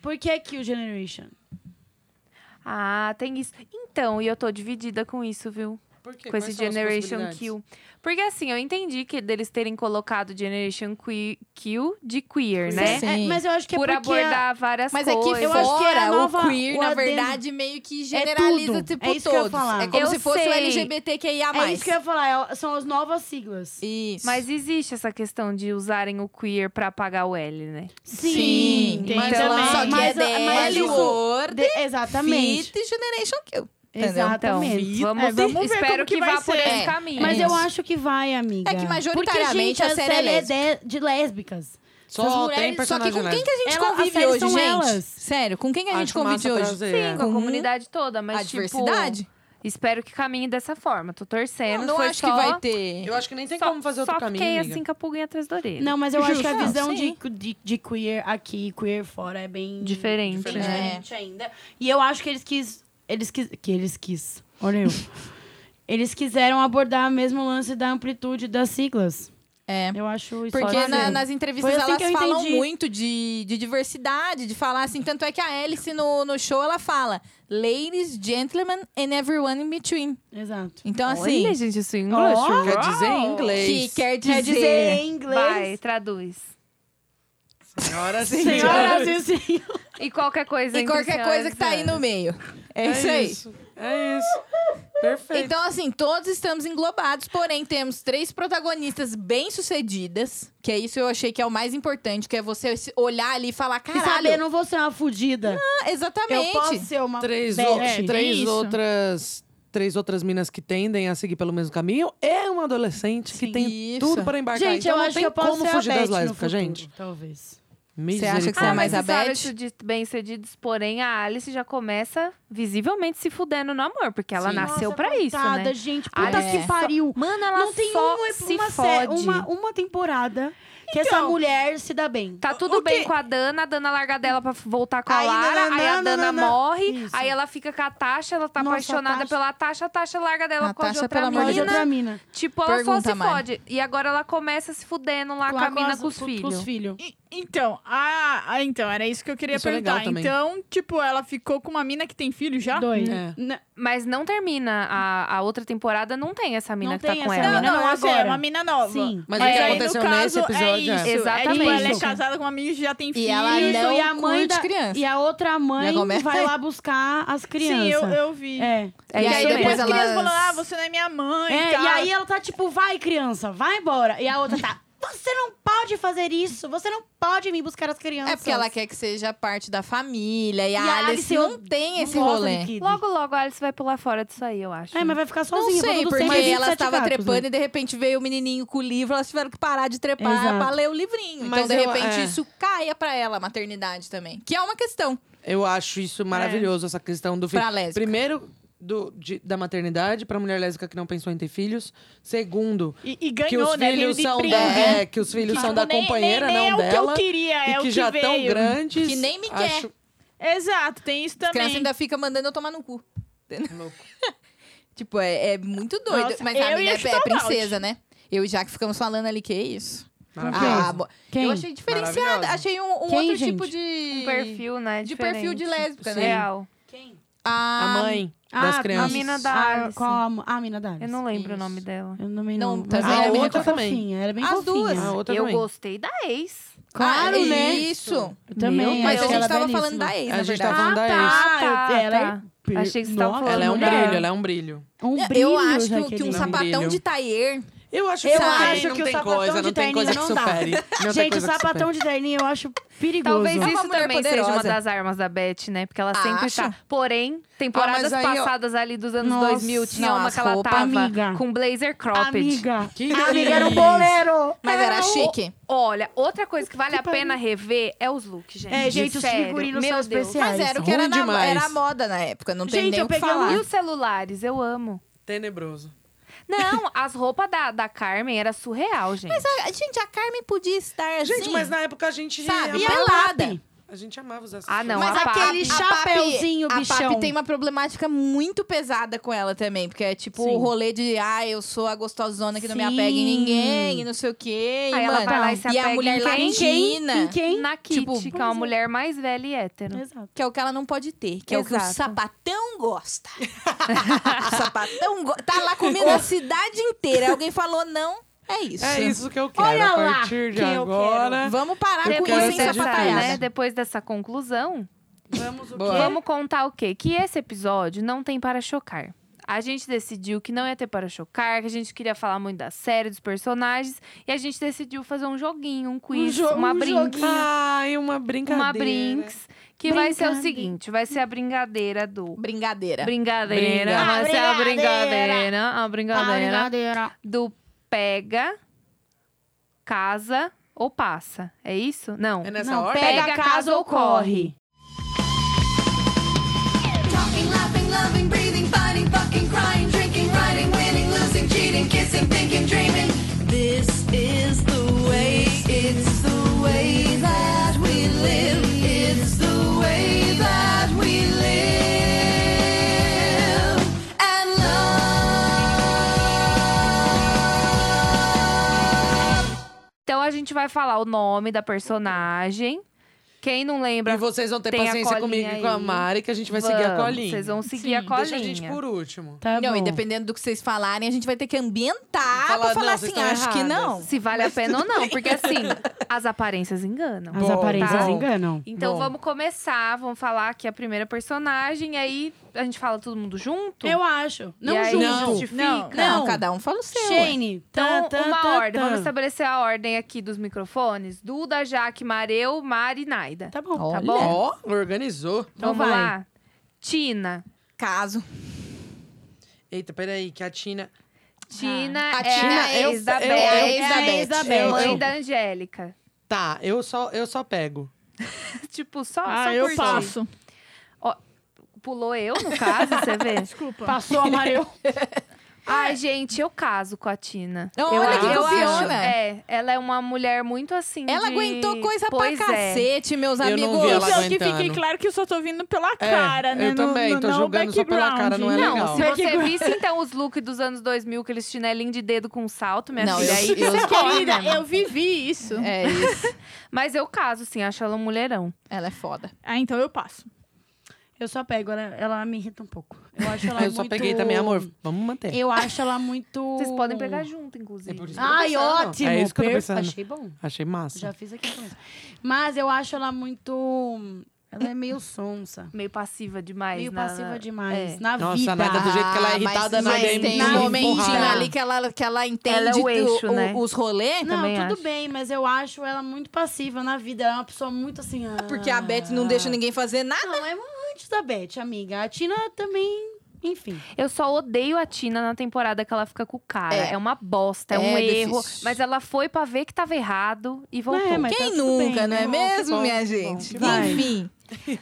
Por que Kill Generation?
Ah, tem isso. Então, e eu tô dividida com isso, viu?
Por quê?
com
Quais
esse
são as
Generation
possibilidades?
Kill. Porque assim, eu entendi que deles terem colocado Generation que- Kill de queer, né?
Sim.
É, mas eu acho que é
Por
porque...
abordar várias
Mas é que
coisas.
fora,
Eu acho que é a nova-
o queer,
o
na
adendo.
verdade, meio que generaliza
É tudo.
tipo
É isso que eu ia
todos.
falar.
É como
Eu
se fosse o
sei.
LGBTQIA+.
É isso que eu ia falar, é- são as novas siglas.
Isso.
Mas existe essa questão de usarem o queer pra pagar o L, né?
Sim,
tem
mas ela-
também.
Só que
mas,
é DL,
mas isso...
Word,
de- exatamente.
Fit e Generation Kill. entendeu?
Exatamente.
Então, Vamos,
É, vamos ver
espero
como que
que
vai
vá por
ser.
esse
É.
caminho.
Mas eu
Isso.
acho que vai, amiga.
É que majoritariamente
Porque, gente,
a série é
de, de lésbicas.
Essas
Só tem
mulheres, só que
personagem
com quem que a gente
Ela- as
convive
séries
hoje,
são
gente?
elas.
Sério, com quem que a gente convive hoje?
é.
Sim, com a
Uhum.
comunidade toda, mas
a
tipo,
diversidade?
espero que caminhe dessa forma. Tô torcendo.
não não
foi
acho
só...
que vai ter.
Eu acho que nem tem
só-
como fazer outro
só
caminho,
fiquei
amiga.
assim com a pulguinha atrás da orelha.
Não, mas eu acho que a
Justo.
visão de,
Sim.
de, de queer aqui e queer fora é bem...
Diferente,
bem
né?
diferente ainda. E eu acho que eles quis... Eles quis... Que eles quis. Olha
[laughs]
eu. eles quiseram abordar mesmo o lance da amplitude das siglas.
É.
Eu acho isso
Porque na-
bacana.
nas entrevistas
Foi assim que
elas
eu
falam
entendi.
muito de, de diversidade, de falar assim. Tanto é que a Alice no, no show ela fala ladies, gentlemen and everyone in between.
Exato.
Então, assim,
Olha, gente, isso em inglês.
Ó.
Quer dizer em inglês.
que quer dizer.
Quer dizer em
Vai,
inglês...
traduz.
Senhoras [laughs] e
Senhoras e senhores.
E qualquer coisa
E
entre
qualquer
senhoras
coisa que tá aí
e senhores.
no meio. É, isso aí.
É isso. Perfeito.
Então, assim, todos estamos englobados, porém temos três protagonistas bem-sucedidas, que é isso eu achei que é o mais importante, que é você se olhar ali e falar,
E
caralho,
saber, eu não vou ser uma
ah,
fudida. Eu posso
exatamente.
ser uma
três,
bad.
ou-
é, tem
três
isso.
outras três outras minas que tendem a seguir pelo mesmo caminho é uma adolescente que
Sim.
tem
Isso.
tudo para embarcar.
Gente,
então
eu
não
acho
tem
que eu posso
como
ser
fugir
a
das
Beth no
lésbicas,
futuro,
gente.
Talvez.
Você acha que você é
Ah,
Misericórdia.
mais
mas
a
vocês falaram
Beth?
isso de bem-sucedidos, porém a Alice já começa visivelmente se fudendo no amor, porque ela
Sim.
nasceu
Nossa,
pra isso,
coitada,
né?
Tá, gente.
Ah,
Puta
é.
que pariu.
Mano, ela
não tem
só
uma,
se
uma, sé-
fode.
uma, uma temporada que essa mulher se dá bem.
Tá tudo
o
bem
que-
com a Dana, a Dana larga dela pra f- voltar com a
Aí,
Lara, aí a
nananana,
Dana
nananana.
morre,
Isso.
aí ela fica com a Tasha, ela tá
Nossa,
apaixonada
Tasha.
pela Tasha, a Tasha larga dela
A
com a de
Tasha,
outra
pelo amor
Olha
mina.
de outra mina.
Tipo, ela
Pergunta,
só se
Mari.
fode. E agora ela começa se fudendo lá,
Lá
tá com a mina
as-
com os filhos.
filhos.
E- Então, ah, ah, então, era isso que eu queria
Isso é legal
perguntar.
também.
então, tipo, ela ficou com uma mina que tem filho já?
Dois.
É.
Não,
Mas não termina. A, a outra temporada não tem essa mina
Não
que tá
tem
com
essa
ela.
Não,
mina.
não,
não,
eu sei, é
agora.
uma mina nova.
Sim.
Mas
É,
o que
aí,
aconteceu
no
nesse
caso,
episódio
é isso.
Exatamente.
É, tipo, ela é
Isso.
casada com um amigo que já tem filho. então
E ela
Isso,
não
e a mãe
curte
da,
criança.
E a outra mãe
Já começa-
vai lá buscar as crianças.
Sim, eu, eu vi.
É.
É
E
isso
aí
Depois
mesmo.
depois
as crianças
elas-
falando, ah, você não é minha mãe
É,
Então.
tal.
e aí ela tá tipo, vai criança, vai embora. E a outra tá, você não pode fazer isso, você não pode vir buscar as crianças.
É porque ela quer que seja parte da família, e a,
E a
Alice
Alice
não tem esse
gosta de
rolê.
kid.
Logo, logo a Alice vai pular fora disso aí, eu acho.
É, mas vai ficar
Não
sozinha.
sei,
quando
porque
sempre tem
elas
27
estavam
gatos,
trepando
né?
e de repente veio o menininho com o livro, elas tiveram que parar de trepar
Exato.
pra ler o livrinho.
Mas
então, de
eu-
repente,
é.
isso caia pra ela, a maternidade também. Que é uma questão
Eu acho isso maravilhoso, essa questão do filho.
pra lésbica.
Primeiro, do, de- da maternidade, pra mulher lésbica que não pensou em ter filhos. Segundo,
E, e
que
ganhou,
os
né?
filhos
Ganhou
são
de brinde.
da, é, que os filhos
Que,
são
tipo,
da
nem-
companheira,
nem, nem
não
é
dela.
o que eu queria,
e
é o
que,
que
já
veio.
tão grandes.
Que nem me quer.
Acho
Exato, tem isso
As crianças
também.
ainda ficam mandando eu tomar no cu.
louco.
Tipo, é, é muito doido.
Nossa,
Mas
eu
a
ia
mina é, é
chutar o balde.
princesa, né? Eu e Jaque ficamos falando ali, que isso? Ah,
Maravilhoso.
bo-
Quem?
Eu achei diferenciada.
Maravilhosa.
Achei um, um
Quem,
outro
gente?
tipo de...
Um perfil, né?
De perfil
diferente.
de lésbica, né?
Real.
Quem?
A
A,
mãe das
Ah,
crianças.
a mina da
Ah,
Alice.
qual a, mo- ah, a mina da Alice.
Eu não lembro o
Isso.
nome dela.
Eu também
Não,
não. mas
também
ela
a
era
outra
muito
também.
fofinha, Era bem
As
fofinha.
duas.
A outra
eu
também.
gostei da ex.
Claro,
Ah,
né?
Isso.
Eu também.
Meu
Mas
acho
Deus.
a
que ela
gente
é
tava
belíssima.
falando da ex,
né? A
na
gente tá
verdade.
tava falando da ex.
Ah,
tá,
eu- ela
tá.
é-
Achei que você tava
Nossa,
falando
um Ela é um
da-
brilho, ela é um brilho.
Um brilho,
Eu acho que,
Jaqueline.
um
Não,
sapatão
brilho.
de taier
Eu acho
Eu
que também
acho
não
que o
tem
sapatão
coisa,
de
não tem
terninho
coisa que
não dá.
supere. Não tem
Gente, o
coisa que
sapatão de terninho eu acho perigoso.
Talvez
uma
isso
mulher
também seja uma
poderosa.
das armas da Beth, né? Porque ela sempre
Acha?
tá. Porém, temporadas
Ah, mas aí, ó-
passadas ali dos anos
Nossa,
2000, tinha
não,
uma
as
que ela
roupas,
tava
amiga.
com blazer cropped.
Amiga.
Que
amiga, era um
isso.
bolero.
mas era chique.
Olha, outra coisa que vale
Que
a pena rever é os looks, gente.
É, gente, os
Sério,
figurinos
meu
são
Deus.
especiais.
Mas era o que
Ruim
era, na,
demais.
era a moda na época, não tem
Gente,
nem
eu
o que
peguei um
falar.
E os celulares, eu amo.
Tenebroso.
Não, as roupas da, da Carmen era surreal, gente.
Mas a- gente, a Carmen podia estar assim.
É, Gente, mas na época a gente...
Sabe? E
amava-
pelada.
A gente amava os
Ah, não,
Mas
a
aquele
Papi-
Então, A
chapéuzinho,
Papi- A
bichão.
Papi tem uma problemática muito pesada com ela também. Porque é tipo
Sim.
o rolê de, ah, eu sou a gostosona que não me
Sim.
apega em ninguém, e não sei o quê. e,
Aí ela
mano,
vai lá e se
e
apega
a mulher
em quem?
Em quem?
latina,
Em quem?
Na Kitty,
Tipo,
que é
pois
uma
é.
mulher mais velha e hétero.
Exato.
que é o que ela não pode ter. Que é o que o
Exato.
sapatão gosta. [laughs] o sapatão go... tá lá comendo a cidade inteira. Alguém falou não, é isso.
É isso né?" que eu quero.
Olha
a
lá,
partir de
que eu
agora...
Vamos parar
Eu
com
quero
isso
Depois
sem
essa
dessa,
sapataiada.
né,
sapataiada.
depois dessa conclusão,
Vamos o
Boa.
Vamos contar o quê? Que esse episódio não tem para chocar. A gente decidiu que não ia ter para chocar, que a gente queria falar muito da série, dos personagens, e a gente decidiu fazer um joguinho, um quiz,
jo-
uma
um
brinks,
joguinho.
Ai, uma brincadeira.
uma brinks, que vai ser o
Brincadeira.
seguinte, vai ser a brincadeira do
Brincadeira.
brincadeira,
É. Brinca. é
vai ser a
Brincadeira.
brincadeira, a
Ah,
Ah,
brincadeira
Brincadeira.
do pega, casa ou passa. É isso? Não.
É nessa
Não,
hora?
pega, a casa ou corre.
Talking, laughing, loving, breathing, fighting, fucking, crying, drinking, riding, winning, losing, cheating, kissing, thinking, dreaming. This is the way, it's the way that we live. It's the way that we live. And love.
Então a gente vai falar o nome da personagem. Quem não lembra,
E vocês vão ter
Tem a
paciência
colinha
comigo e com a
aí.
Mari, que a gente vai seguir a
Vamos,
colinha.
Vocês vão seguir
Sim,
a colinha.
Deixa a gente por último.
Tá
Não,
bom.
e dependendo do que vocês falarem, a gente vai ter que ambientar
Falar,
pra falar
não,
assim,
vocês
acho
estão
que
erradas.
não.
Se vale a pena ou não,
[laughs]
porque assim, as aparências enganam.
As
Bom,
aparências
tá.
enganam.
Então
Ah, Bom.
vamos começar, vamos falar aqui a primeira personagem, e aí a gente fala todo mundo junto.
Eu acho. Não
E aí,
junto. Não,
não.
Não, cada um fala o seu. ué.
Shane.
Então,
tá, tá,
uma
tá,
ordem.
tá.
Vamos estabelecer a ordem aqui dos microfones. Duda, Jaque, Mareu, Mari e Naida.
Tá bom.
Tá
Olha.
bom?
Ó, organizou.
Então
Então
vamos
vai.
lá. Tina.
Caso.
Eita, peraí, que a Tina...
Tina
A
é
Tina,
a
eu-
ex da
eu-
Beth.
É a
Eu-
ex da Beth.
Beth.
Mãe da Angélica. [laughs]
Tá, eu só, eu só pego.
tipo, só, só
Ah, eu
curtir.
passo.
Pulou eu, no caso, você vê?
[laughs] Desculpa.
Passou amarelo.
Ai, gente, eu caso com a Tina.
Olha
eu
que
eu
campeona.
É, ela é uma mulher muito assim.
Ela
de-
aguentou coisa
pois
pra
é.
cacete, meus
Eu não
amigos.
vi ela
Então, que
aguentando.
né?
fique claro que eu só tô vindo pela
É,
cara, né?
eu também,
no, no,
tô
não o
julgando só pela
background.
cara, não é
Não,
legal.
se você visse então os looks dos anos 2000, aqueles chinelinhos de dedo com salto, minha
Não,
filha,
eu-
aí
eu-
você corre
Querida,
mesmo.
eu vivi isso.
É isso.
Mas eu caso, sim, acho ela um mulherão.
Ela é foda.
Ah, então eu passo.
Eu só pego, ela, ela me irrita um pouco. Eu acho ela
eu
muito...
só peguei também, amor. Vamos manter.
Eu acho ela muito...
Vocês podem pegar junto, inclusive.
É por isso.
Ai,
Eu tô pensando.
ótimo.
É isso que eu tô
per-
pensando.
Achei bom.
Achei massa.
Já fiz aqui com isso. Mas eu acho ela muito... Ela é meio sonsa.
Meio passiva demais.
meio
na-
passiva demais.
é.
Na
Nossa,
vida.
nada do jeito que ela é
Ah,
irritada,
mas,
nós
mas
demos
tem
uma
um momentinho
empurrada.
ali que ela, que ela entende
Ela é o eixo,
o- o-
né?
os rolês.
Não,
Também
tudo
acho.
bem, mas eu acho ela muito passiva na vida. Ela é uma pessoa muito assim... ah.
Porque a Beth não deixa ninguém fazer nada.
Não, é antes da Beth, amiga. A Tina também... Enfim.
Eu só odeio a Tina na temporada que ela fica com o cara. É,
É.
uma bosta, é,
É
um erro.
difícil.
mas ela foi pra ver que tava errado e voltou.
É, mas tá
Quem
tudo
nunca,
bem,
não é
né?
mesmo,
bom,
minha
que
gente?
bom.
Enfim,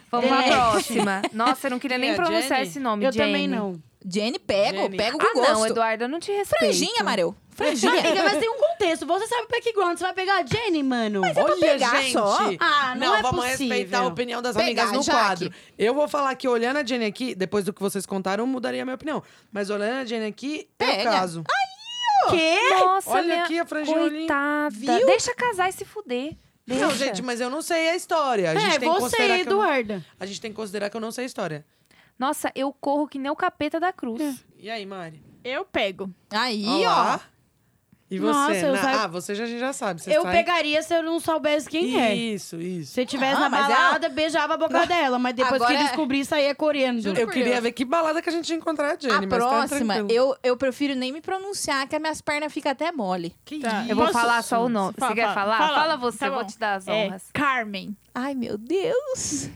Vamos pra
Delete.
próxima. Nossa, eu não queria
Quem
nem
é?
pronunciar
Jenny?
esse nome,
Eu
Jenny.
também não.
Jenny, pego,
Jenny.
pego com
Ah,
gosto.
não,
tá
Eduardo, eu não te respeito.
Franjinha, Amareu. Franjinha.
Amiga, mas tem um contexto. Você sabe o background. Você vai pegar a Jenny, mano.
Olha,
pegar
gente.
só.
Ah, não é
vamos
possível.
respeitar a opinião das
Pegar,
amigas no
Jaque.
quadro. Eu vou falar que olhando a Jenny aqui, depois do que vocês contaram, eu mudaria a minha opinião. Mas olhando a Jenny aqui, é
Pega.
o caso.
Quê?
Nossa,
É? Olha
minha...
aqui a franjinha olhinha.
Coitada.
Viu?
Deixa casar e se fuder. Deixa.
Não, gente, mas eu não sei a história. A gente
É,
tem que
você,
considerar que eu...
Eduarda.
A gente tem que considerar que eu não sei a história.
Nossa, eu corro que nem o capeta da cruz.
E aí, Mari?
Eu pego.
Aí,
Olá. E você?
Nossa, eu
Na-
saio-
Ah, você já, a gente já sabe. Você
eu
sai...
pegaria se eu não soubesse quem é.
Isso, isso.
Se eu tivesse
Ah,
na
mas ela-
balada, beijava a boca dela. Mas depois
Agora
que
é-
descobri, saía correndo.
Eu
por
queria
Deus.
ver que balada que a gente ia encontrar a
ó.
Jenny,
A
mas tá
próxima,
tranquilo.
eu, eu prefiro nem me pronunciar, que as minhas pernas ficam até mole.
Que
Tá.
isso?
Eu vou
Posso-
falar só o nome.
Fala,
Você quer falar?
fala.
Fala,
Fala.
você,
Tá
eu vou
bom.
te dar as
É,
honras.
Carmen.
Ai, meu Deus.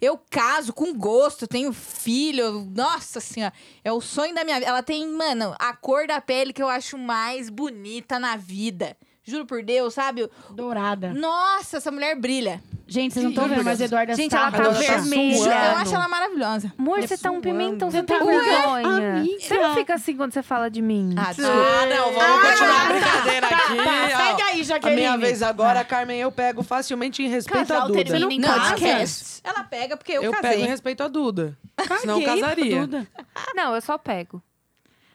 Eu caso com gosto, tenho filho. eu- Nossa senhora, é o sonho da minha vida. Ela tem, mano, a cor da pele que eu acho mais bonita na vida. Juro por Deus, sabe?
Dourada.
Nossa, essa mulher brilha.
Gente, vocês não estão vendo, mas é Eduarda
Gente, ela
Starra-
tá
Ela tá
vermelha.
suando.
Eu acho ela maravilhosa.
Amor, você tá um
suando.
pimentão, você
Você
tem
tá-
vergonha.
Amiga.
Você não fica assim quando você fala de mim.
Ah,
Ah, não, vamos continuar a brincadeira aqui. ó.
Segue aí,
a
Tá, Jaqueline.
minha vez agora, Carmen, eu pego facilmente em respeito à
Casal
Duda.
termina em
Não,
podcast. Ela pega porque eu,
Eu pego né? em
casei.
respeito à Duda.
Caguei
Senão eu casaria.
pra Duda.
Não, eu só pego.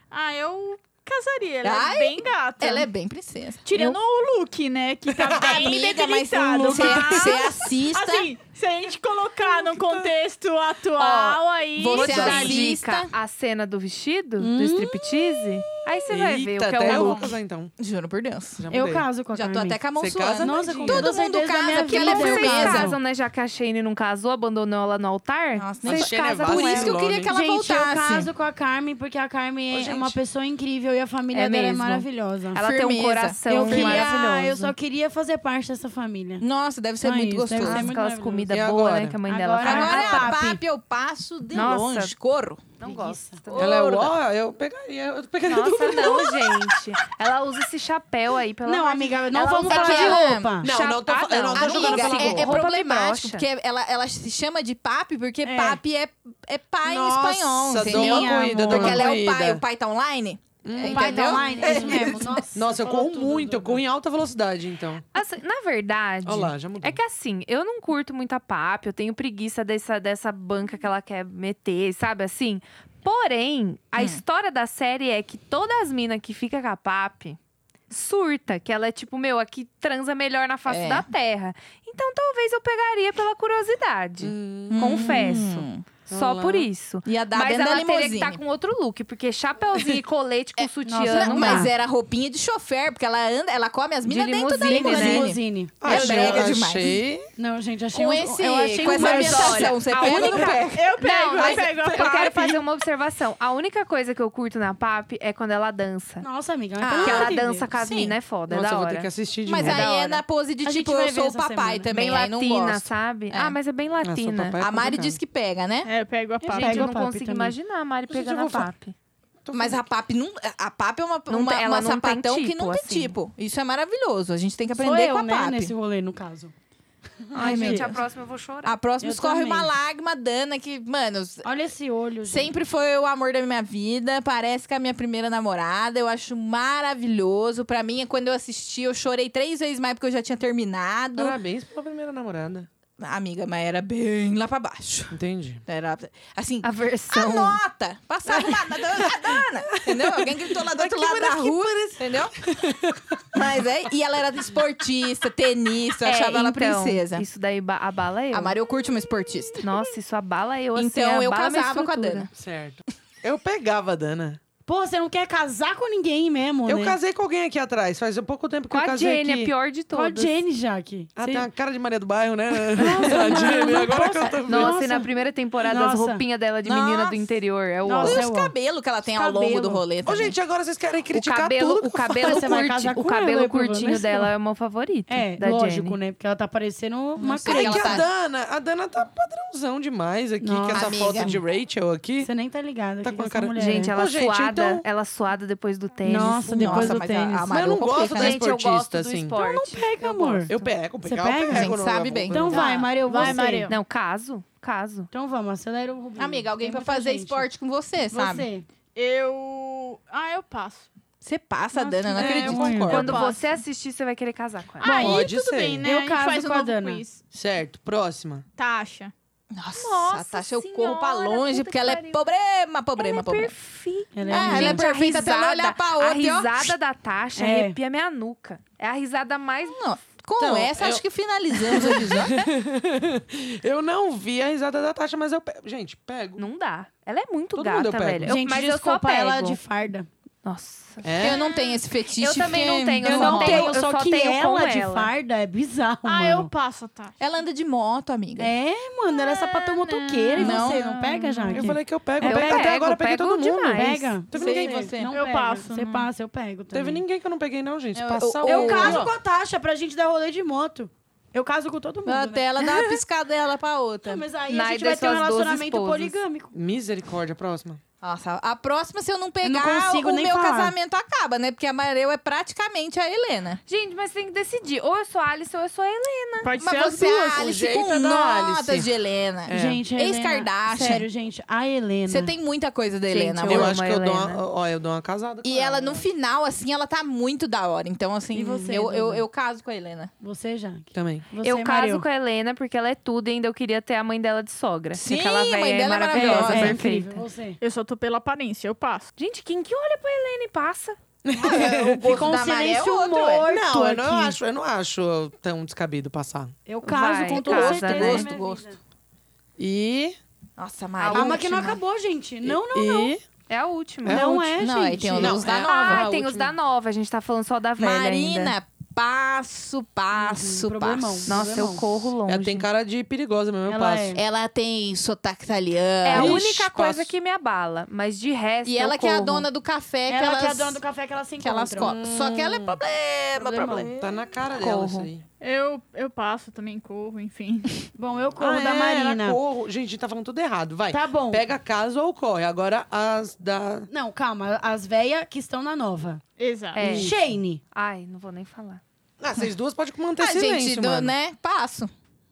Ah, eu casaria. Ela
Ai,
é bem gata.
Ela é bem princesa. é
Tirando o look, né? Que
[laughs]
tá bem
Amiga, mas
debilitado.
você,
tá?
é
mas,
você assista,
assim, se a gente colocar num contexto atual, aí...
Vou
você
te dar dica.
assista.
A cena do vestido, do striptease, aí você vai ver
Eita,
o que
até
é o
eu vou
look.
casar então.
Juro por Deus.
Já
Eu
mudei.
caso com a
Já tô
Carmen.
até com a mão
Você
suando.
casa,
Nossa,
tadinha.
com
Todo
toda
mundo
certeza
casa,
da minha
que
vida.
ela é
eu
Vocês
Beleza.
caso.
casam, né? Já que a Shane não casou, abandonou ela no altar.
Nossa,
vocês
Shane é
casam
vasta,
com
Por
Nossa,
isso que eu
ela.
queria que ela
gente,
voltasse.
eu caso com a Carmen porque a Carmen
Ô,
é
gente.
uma pessoa incrível e a família
É
dela é
mesmo.
maravilhosa.
Ela tem um
Firmeza.
coração
eu queria,
maravilhoso.
eu só queria fazer parte dessa família.
Nossa, deve ser
Só
muito
isso, deve
gostoso.
ser
Nossa,
muito
aquelas
maravilhoso.
comidas
E
boas,
agora?
né? Que a mãe dela
Agora-
faz.
Agora é a
Ah, papi.
papi, eu passo de
Nossa.
longe, corro.
Não
Preguiça.
gosto.
Ela é ó, eu pegaria. Eu pegaria todo
Nossa,
mundo.
não, gente. Ela usa esse chapéu aí pela.
Não, amiga, não
Ela
vamos
tá
usa
falar de
aquela-
roupa.
Não, não tô fa- eu não tô
Amiga,
jogando pela
é-
roupa.
é, é
Roupa broxa.
problemático, porque ela, ela se chama de papi porque
É.
papi é, é pai
Nossa,
em espanhol,
dou
entendeu?
Sim,
uma corrida,
amor.
dou
Porque
uma
ela é o
corrida.
pai, o pai tá online.
O pai tá
Entendeu?
online, é isso mesmo. Nossa,
Nossa, eu
falou
corro
tudo,
muito, eu
Duda.
corro em alta velocidade, então.
Assim, na verdade.
Olha lá, já mudou.
É que assim, eu não curto muito a papo, eu tenho preguiça dessa, dessa banca que ela quer meter, sabe assim? Porém, a
Hum.
história da série é que todas as minas que fica com a PAP surta, que ela é tipo, meu, a que transa melhor na face
É.
da terra. Então talvez eu pegaria pela curiosidade.
Hum,
Confesso.
Hum.
Só
olá.
por isso.
Ia dar
Mas
dentro da
ela teria que
limusine.
estar com outro look, porque chapéuzinho e colete com sutiã
nossa,
não,
Não,
dá.
mas era roupinha de chofer, porque ela anda, ela come as
De
minas dentro da
limusine,
Linda,
né?
limusine.
Limousine.
Achei,
brega demais.
achei.
Não, gente, achei
Com
um-
esse-
eu achei
com
um
essa
mais-
ambientação,
Olha,
você
a
pega ou não
única-
pega?
Eu pego,
mas
eu pego a
Eu quero
Barbie.
fazer uma observação. A única coisa que eu curto na PAP é quando ela dança.
Nossa, amiga,
Ah,
mas
Porque
pelo
ela
amor de
dança
Deus.
com a
Sim.
mina, é foda, é
Nossa,
da
eu vou ter
hora.
que assistir de
Mas
novo.
da
aí é
hora.
na pose de
A gente
tipo,
vai
eu
ver
sou o
essa
papai
semana.
também,
Bem
aí não
latina,
gosto.
sabe?
É.
Ah, mas é bem
sou
latina.
papai.
A Mari
complicado.
diz que pega, né?
É, eu pego a
Gente,
papi.
Gente,
Pega
eu
a
não
Papi
consigo
também.
imaginar a Mari
Gente, eu
pegando a
vou fa-
PAP.
Tô
Mas a PAP não. A PAP é uma,
Não
uma,
tem- ela
uma
não tem
sapatão que
tipo,
não tem
assim.
tipo. Isso é maravilhoso. A gente tem que
Sou
aprender
eu,
com a
né,
PAP.
nesse rolê, no caso.
Ai,
meu
gente,
Deus.
a próxima eu vou chorar.
A próxima
Eu
escorre uma
também.
lágrima, Dana, que, mano,
Olha esse olho, gente.
sempre foi o amor da minha vida. Parece que é a minha primeira namorada. Eu acho maravilhoso. Pra mim, é quando eu assisti, eu chorei três vezes mais porque eu já tinha terminado.
Parabéns pela primeira namorada.
Amiga, mas era bem lá pra baixo.
Entendi.
Era assim.
A versão.
Anota! Passava lá na Dana, a Dana! Entendeu? Alguém gritou lá do outro lado da rua, entendeu? Mas é, e ela era esportista, tenista, eu
É,
achava ela
então,
princesa.
Isso daí ba- abala eu.
A Maria, eu curte uma esportista.
Nossa, isso abala eu, assim,
Então, eu
abala minha
casava com a
estrutura.
Dana.
Certo. Eu pegava a Dana.
Pô, você não quer casar com ninguém mesmo,
Eu
né?
casei com alguém aqui atrás. Faz um pouco tempo que
Com
eu
a
casei
Jenny,
aqui.
a pior de
com a
todas.
Jenny, Jaque.
Ah,
Você-
tem a cara de Maria do Bairro, né? [laughs] a Jenny, agora que eu tô vendo.
Nossa,
Nossa.
e na primeira temporada, as
Nossa.
roupinhas dela de menina do
Nossa.
interior. É o
Nossa,
ó.
é
Os
ó.
cabelos que ela tem
Os
ao longo do
cabelo.
rolê
Ô,
também.
gente, agora vocês querem
O
criticar
cabelo,
tudo
o
que eu faço.
cabelo,
Você vai
curti-
casar
o
com
cabelo
ela, aí,
curtinho
provavelmente
dela
não.
é o meu favorito.
É,
da
lógico,
Jenny.
né? Porque ela tá parecendo uma
sei,
É
crente.
que
ela
a
tá-
Dana, a Dana tá padrãozão demais aqui,
Nossa.
que essa
Amiga.
foto de Rachel aqui.
Você nem tá ligada.
Tá
que
com a
essa
cara-
mulher
Gente,
é.
ela
Ô, gente,
suada,
então-
ela suada depois do tênis.
Nossa, depois
Nossa,
do
mas a-
tênis.
a
Mas eu não
Maru complica,
gosto da
né?
Gente, eu gosto
esportista,
do
assim.
esporte.
Pega, amor.
Eu pego,
Você
pegar,
pega?
eu
Gente,
pego.
sabe bem.
Então
Tá.
vai, Mario,
Vai,
você.
Maria. Não, caso, caso.
Então vamos, acelera o Rubinho.
Amiga, alguém
Tem
pra
muita
fazer
gente.
esporte com você, sabe?
Você.
Eu... Ah, eu passo.
Você passa,
Nossa,
Dana, não
é, eu
acredito.
concordo.
Quando
Eu posso.
você assistir, você vai querer casar com ela.
Aí,
pode
tudo
ser.
bem, né?
Eu
a gente
caso
faz um
com a
novo
Dana.
quiz.
Certo, próxima.
Taxa.
Nossa,
Nossa
Tasha, eu corro pra
senhora,
longe
puta
porque
que
ela é
pariu.
problema, problema,
Ela é
problema.
perfeita.
Ela é,
Ah,
um-
ela é
Gente, a
perfeita até ela
risada-
olhar pra
A
outra e ó,
risada da Tasha
É.
arrepia minha nuca. É a risada mais
Não, Com
Então,
essa,
eu-
acho que finalizamos o episódio.
Eu não vi a risada da Tasha, mas eu. pe- Gente, pego.
Não dá. Ela é muito
Todo mundo
gata,
eu pego.
velho. Eu-
Gente,
mas eu só
desculpa
pego.
ela é de farda.
Nossa.
É?
Eu não tenho esse fetiche.
Eu também
porque
não tenho,
Eu,
Eu
não
só
não
rola.
tenho,
tenho, eu
só
só
que
tenho
ela
com
de
ela.
farda é bizarro,
Ah, eu
mano.
passo, tá.
Ela anda de moto, amiga.
É, mano, ela é sapatão motoqueira. E
Não.
você, não pega, Jaque?
Eu falei que eu pego.
Eu
pego, até
pego,
agora, peguei
pego
todo mundo.
demais.
Pega.
Teve
Sei,
ninguém.
você.
Não
Eu
pega.
passo,
Você
não.
passa, eu pego também.
Teve ninguém que eu não peguei, não, gente.
Eu-
Passar
eu-
o.
Eu
Ô.
caso com a Tasha pra gente dar rolê de moto. Eu caso com todo mundo.
A
né?
tela dá uma piscadela pra outra.
Não, Mas aí a gente
Neither
vai ter um
suas doze
relacionamento
esposas.
poligâmico.
Misericórdia, próxima.
Nossa, a próxima, se eu não pegar,
consigo
o
nem
meu
falar.
casamento acaba, né? Porque a Mareu é praticamente a Helena.
Gente, mas tem que decidir. Ou eu sou a Alice ou eu sou a Helena.
Pode
Mas
ser as
você é
duas.
a
o
Alice
jeito
com
é da
notas
Alice.
de Helena.
É.
Gente, a Helena-
Ex-Kardashian.
Sério, gente, a Helena.
Você tem muita coisa da
Gente,
Helena.
Eu
Eu,
amor.
amo
acho
a
que eu dou,
Helena.
uma, ó, eu dou uma casada com
E ela, no final, assim, ela tá muito da hora. Então, assim,
E você,
eu, eu,
Duda?
eu caso com a Helena.
Você, Jaque.
Também.
Você,
eu caso
Mariu.
com a Helena porque ela é tudo e ainda eu queria ter a mãe dela de sogra.
Sim,
Aquela
a mãe
véia
dela é
maravilhosa,
maravilhosa.
é,
perfeita.
incrível. Você.
Eu só tô pela aparência, eu passo.
Gente, quem que olha pra Helena e passa?
o gosto
Ficou um
da Maré é
silêncio
outro, ué.
morto
Não, eu
aqui.
não, acho, eu não acho tão descabido passar.
Eu caso
Vai,
com toda
casa,
certeza.
né?
na minha
Gosto,
vida.
E.
Nossa,
A
Maria.
Calma que não acabou, gente. Não, não.
e...
É a última.
É a
Não
última.
é,
Não, aí
gente.
tem o
Não,
Luz da
é-
Nova.
ah,
a
tem os
última.
da nova. A gente tá falando só da velha
Marina,
ainda.
passo, passo,
Uhum, problemão.
passo.
Nossa, eu
Problemão.
corro longe.
Ela tem cara de perigosa mesmo, eu
Ela
passo.
é.
Ela tem
É
sotaque
a
italiano.
Ixi,
única coisa
passo.
que me abala. Mas de resto,
E ela
eu
que é a
corro.
dona do café que
Ela
elas,
que é a dona do café Hum, que ela se
que elas
encontra.
colocam. Só que ela é problema,
Problemão.
problema.
Tá na cara dela isso
Corro.
aí.
Eu, eu passo também, corro, enfim. [laughs]
Bom, eu corro
Ah,
da
é,
Marina.
era corro. Gente, tá falando tudo errado. Vai.
Tá bom.
Pega caso ou corre. Agora as da.
Não, calma. As velhas que estão na nova.
Exato.
É.
Shane.
Ai, não vou nem falar.
Ah, vocês duas podem manter
Ah,
silêncio,
gente, do-
mano.
né? Passo.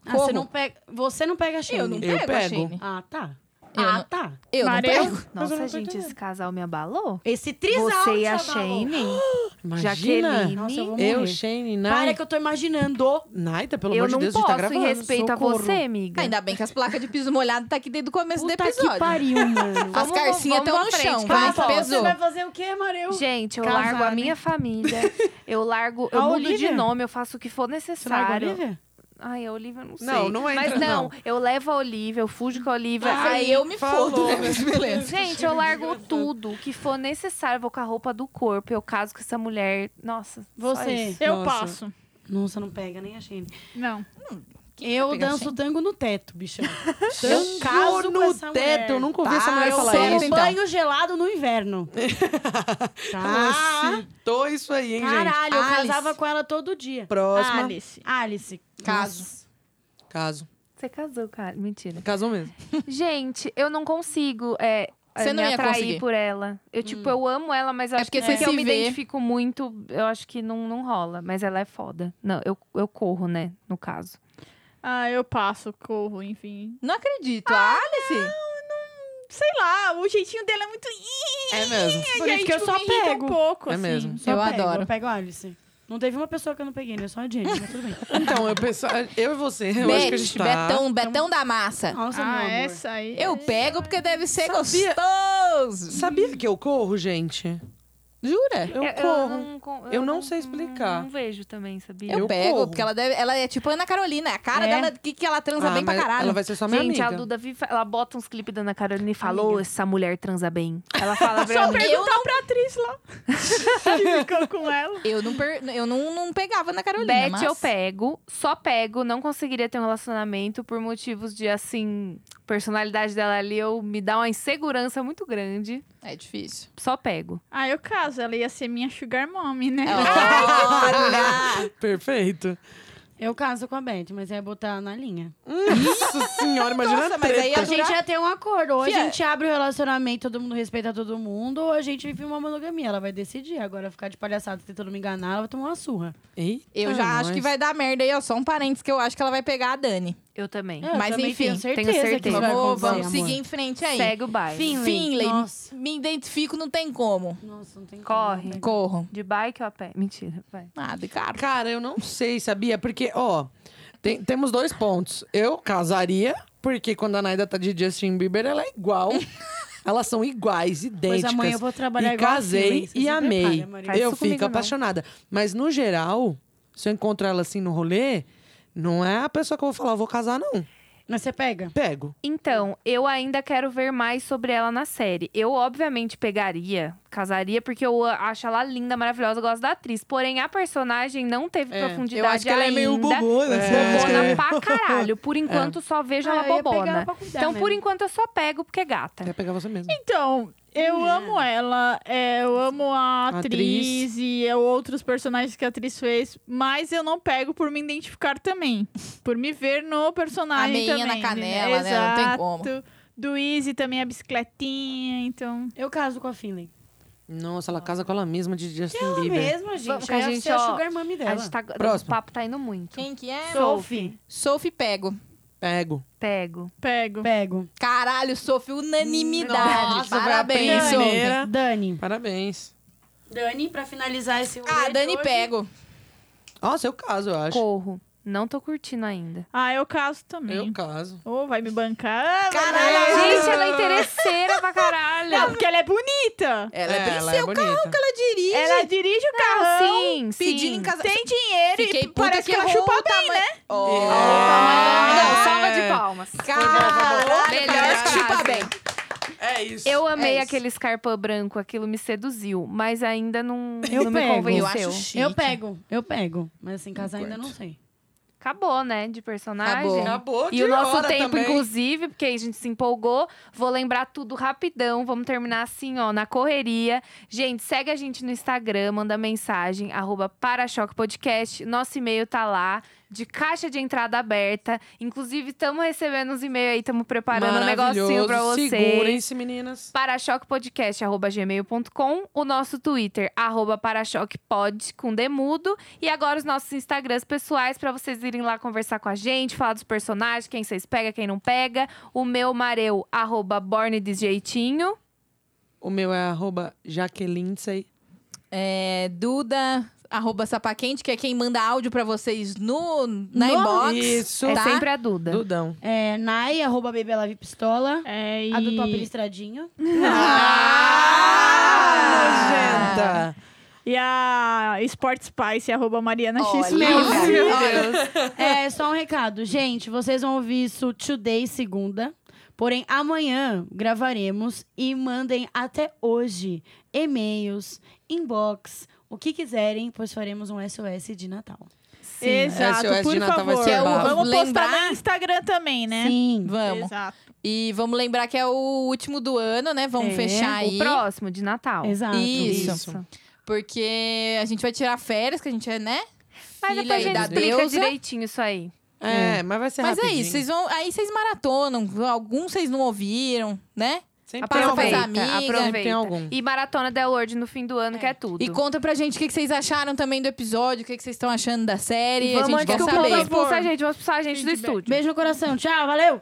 Ah,
Corro.
você não pega. Você não pega a Shane.
Eu não
Eu
pego, a
pego.
Shane.
Ah, tá.
Eu
ah,
não-
tá.
Eu não
Maré?
pego.
eu
Nossa,
não tô
gente,
entendendo.
esse casal me abalou.
Esse trisal.
Você e
que
a
você tá falou.
Shane,
Imagina.
Jaqueline.
Nossa, eu vou morrer.
Eu, Shane,
Para
Naita.
que eu tô imaginando.
Naita, pelo
eu
amor de
não
Deus, a gente
posso,
tá gravando.
em respeito a
socorro.
você, amiga.
Ainda bem que as placas de piso molhado tá aqui desde o começo
Puta
do episódio.
que pariu, mano.
As
Vamos-
carcinhas
vamos
estão
pra
no
frente,
chão,
calma,
[laughs] vai
Cara,
que
Paulo,
você
pesou.
vai fazer o quê, Mareu?
Gente, eu
Casar,
largo a
né?
minha
[laughs]
família. Eu largo, eu
A
mudo
Olivia?
de nome, eu faço o que for
Você largou a
necessário.
Olivia?
Ai, a Olivia eu não sei.
Não, não entra,
Mas não,
não.
eu levo a Olivia, eu fujo com a Olivia.
Aí eu me
falou,
fodo, né?
né?
Mas beleza.
Gente, eu largo tudo, o que for necessário, eu vou com a roupa do corpo, eu caso com essa mulher. Nossa, só
Você.
isso.
Eu
Nossa.
passo.
Nossa, não pega nem a Shane.
Não.
Eu
pega a
danço tango no teto, bichão.
Tango
Eu caso
no
com essa
teto.
mulher.
Eu nunca ouvi
Tá,
essa mulher
eu
falar
sou
isso.
Tomo
isso, então.
um banho gelado no inverno. tá.
Tô isso aí, hein, gente.
Caralho, eu
Alice.
casava com ela todo dia.
Próxima.
Alice.
Alice.
Caso.
Caso.
Você casou, cara. Mentira. [laughs]
Casou mesmo.
Gente, eu não consigo é,
Você
me
não ia
atrair
conseguir.
por ela. Eu, tipo, eu amo ela, mas eu
É
acho que
porque você
porque eu
se
me
vê.
identifico muito, eu acho que não, não rola. Mas ela é foda. Não, eu, eu corro, né, no caso.
Ah, eu passo, corro, enfim.
Não acredito. A Alice?
Sei lá, o jeitinho dela é muito.
É mesmo.
Por
E
isso
aí,
que eu
tipo,
só
me irrita
pego.
um pouco,
É
assim.
mesmo.
Só
Eu
pego,
adoro.
Eu pego a Alice. Não teve uma pessoa que eu não peguei, né? Só a Jenny, mas tudo bem.
Então, eu penso, eu e você, eu acho que a gente
Bet,
tá.
Betão, Betão da massa.
Nossa, meu
Ah,
amor.
essa aí.
Eu pego porque deve ser
Sabia-
gostoso.
Sabia que eu corro, gente?
Jura?
Eu
É, Eu- eu
corro.
não con-
Eu não sei explicar.
Não, vejo também, sabia?
Eu,
Eu
pego,
corro.
porque ela deve. Ela é tipo Ana Carolina. A cara
É.
dela que, que ela transa
Ah,
bem pra
mas
caralho.
Ela vai ser só minha
Gente, a
amiga.
Duda vive, ela bota uns clipes da Ana Carolina e fala, ô, essa mulher transa bem. Ela fala pra
um
Só
mim.
perguntar pra atriz [laughs] lá. que ficou com ela.
Eu não, per- eu não, não pegava Ana Carolina.
Beth
mas...
eu pego, só pego, não conseguiria ter um relacionamento por motivos de, assim, personalidade dela ali, eu me dá uma insegurança muito grande.
É difícil.
Só pego.
Ah, eu caso, ela ia ser minha sugar mommy,
É.
né?
Olha!
Perfeito.
Eu caso com a Beth, mas ia botar na linha.
[laughs]
Nossa senhora, imagina
Nossa,
a
mas
treta.
aí
A gente ia ter um acordo. Ou a
Fia-
gente abre o relacionamento, todo mundo respeita todo mundo, ou a gente vive uma monogamia. Ela vai decidir. Agora ficar de palhaçada tentando me enganar, ela vai tomar uma surra.
Eita,
Eu já acho
nós.
que vai dar merda aí, ó. Só um parênteses que eu acho que ela vai pegar a Dani.
Eu também.
É, eu
Mas,
também
enfim,
tenho certeza,
tenho
que isso
certeza.
vai
Vamos,
acontecer,
vamos
amor.
seguir em frente aí.
Segue o baile.
Finley.
Finley.
Nossa.
Me identifico, não tem como.
Nossa, não tem como,
Corre.
né?
Corro.
De bike ou a pé? Mentira, vai.
Nada, cara.
Cara, eu não sei, sabia? Porque, ó, tem- temos dois pontos. Eu casaria, porque quando a Naida tá de Justin Bieber, ela é
[laughs]
igual. Elas são iguais, idênticas.
amanhã eu vou trabalhar
E
igual a Silly,
casei
você
e
se
amei.
prepara, Maria.
Faz
eu
isso comigo,
fico
não.
apaixonada. Mas, no geral, Se eu encontrar ela assim no rolê, não é a pessoa que eu vou falar, vou casar, não.
Mas você pega?
Pego.
Então, eu ainda quero ver mais sobre ela na série. Eu, obviamente, pegaria, casaria, porque eu a- acho ela linda, maravilhosa, gosto da atriz. Porém, a personagem não teve profundidade
Eu acho que ela é
ainda.
meio bobo, né? Acho que
Bobona
é.
pra caralho.
[laughs]
Por enquanto, só vejo
Ah,
ela
eu ia pegar ela
bobona.
pra cuidar
Então, por
mesmo.
enquanto, eu só pego porque é gata.
Até pegar você mesmo.
Então, eu amo ela, é, eu amo a atriz,
Atriz.
e eu- outros personagens que a atriz fez, mas eu não pego por me identificar também. Por me ver no personagem.
A meinha
também,
na canela, né? Não tem como.
Exato. Do Easy também a bicicletinha, então.
Eu caso com a Finley.
Nossa, ela casa com ela mesma de Justin
Ela
Bieber.
mesma, É gente.
Vamos,
Ela
gente,
é a
ó,
sugar mommy dela.
A gente tá, o
Próximo.
papo tá indo muito.
Quem que é?
Sophie.
Sophie Pego.
Pego.
Pego.
Pego.
Pego.
Caralho, Sophie, unanimidade.
Nossa, foi a
Parabéns,
primeira.
Sophie.
Era.
Dani.
Parabéns.
Dani, pra finalizar esse rolê
Ah,
de
Dani
hoje.
Pego.
Nossa, eu caso, eu acho.
Corro. Não tô curtindo ainda.
Ah, eu caso também.
Eu caso.
Ou vai me bancar.
é
Ah, vai me
Caralho,
bancar.
Gente, ela é interesseira pra caralho.
Não, porque ela é bonita.
Ela é,
É, ela
princesa.
é
o carrão
bonita.
que ela dirige.
Ela dirige o carro.
sim, sim.
pedindo em casa.
Tem dinheiro
Fiquei
e
puta
parece que, ela
errou
chupa
o
bem,
tamanho-
é
né?
Oh,
Ó.
tá,
Ah!
Não, salva de palmas.
Caralho,
Melhor
melhor que chupa
frase.
bem.
É isso.
tá. Eu amei
isso.
aquele escarpa branco, aquilo me seduziu, mas ainda não,
Eu
não me
pego.
convenceu.
Eu acho chique.
Eu pego, eu pego. Mas assim, casar ainda não sei.
Acabou, né, de personagem.
Acabou.
Acabou Tá de
E o nosso
hora
tempo,
também.
inclusive, porque a gente se empolgou. Vou lembrar tudo rapidão. Vamos terminar assim, ó, na correria. Gente, segue a gente no Instagram, manda mensagem, arroba Parachoque Podcast. Nosso e-mail tá lá, de caixa de entrada aberta. Inclusive, estamos recebendo uns e-mails aí, estamos preparando um negocinho pra
Maravilhoso.
vocês.
Segurem-se, meninas.
parachoquepodcast.gmail.com, o nosso Twitter, arroba parachoquepod, com demudo. E agora os nossos Instagrams pessoais, pra vocês irem lá conversar com a gente, falar dos personagens, quem vocês pegam, quem não pega. O meu mareu, arroba borne desjeitinho.
O meu é arroba jaquelinsey.
É, Duda, arroba sapaquente, que é quem manda áudio pra vocês no, na
No-
inbox.
Isso.
É
Tá.
sempre a Duda.
Dudão.
É, Nai, arroba Bebelave Pistola.
É,
A do Top
e...
Listradinho.
Ah, nojenta.
e a Sport Spice, arroba Mariana X.
Olha.
Lima.
É, só um recado. Gente, vocês vão ouvir isso today, segunda. Porém, amanhã gravaremos e mandem até hoje e-mails, inbox, o que quiserem, pois faremos um SOS de Natal.
Exato,
SOS
por
de Natal vai
favor.
ser
Que é o-
bafo.
Vamos postar
Lembrar-
no Instagram também, né?
Sim.
Vamos.
Exato.
E vamos lembrar que é o último do ano, né? Vamos
É,
fechar aí.
O próximo, de Natal.
Exato.
Isso. Porque a gente vai tirar férias, que a gente é, né?
Mas
Filha
depois a
aí
gente
da
explica
deusa.
direitinho isso aí.
É, mas vai ser
Mas
rapidinho.
é isso, vocês vão. Aí vocês maratonam. Alguns vocês não ouviram, né?
Sempre tem algum.
Aproveita,
amiga,
tem
aproveita.
algum.
E Maratona Del Word no fim do ano, que é tudo.
E conta pra gente o que que vocês acharam também do episódio, o que que vocês estão achando da série.
Vamos
a gente
antes
quer
que o povo
saber.
expulsa a gente, vamos expulsar a gente do estúdio.
Beijo no coração. Tchau, valeu!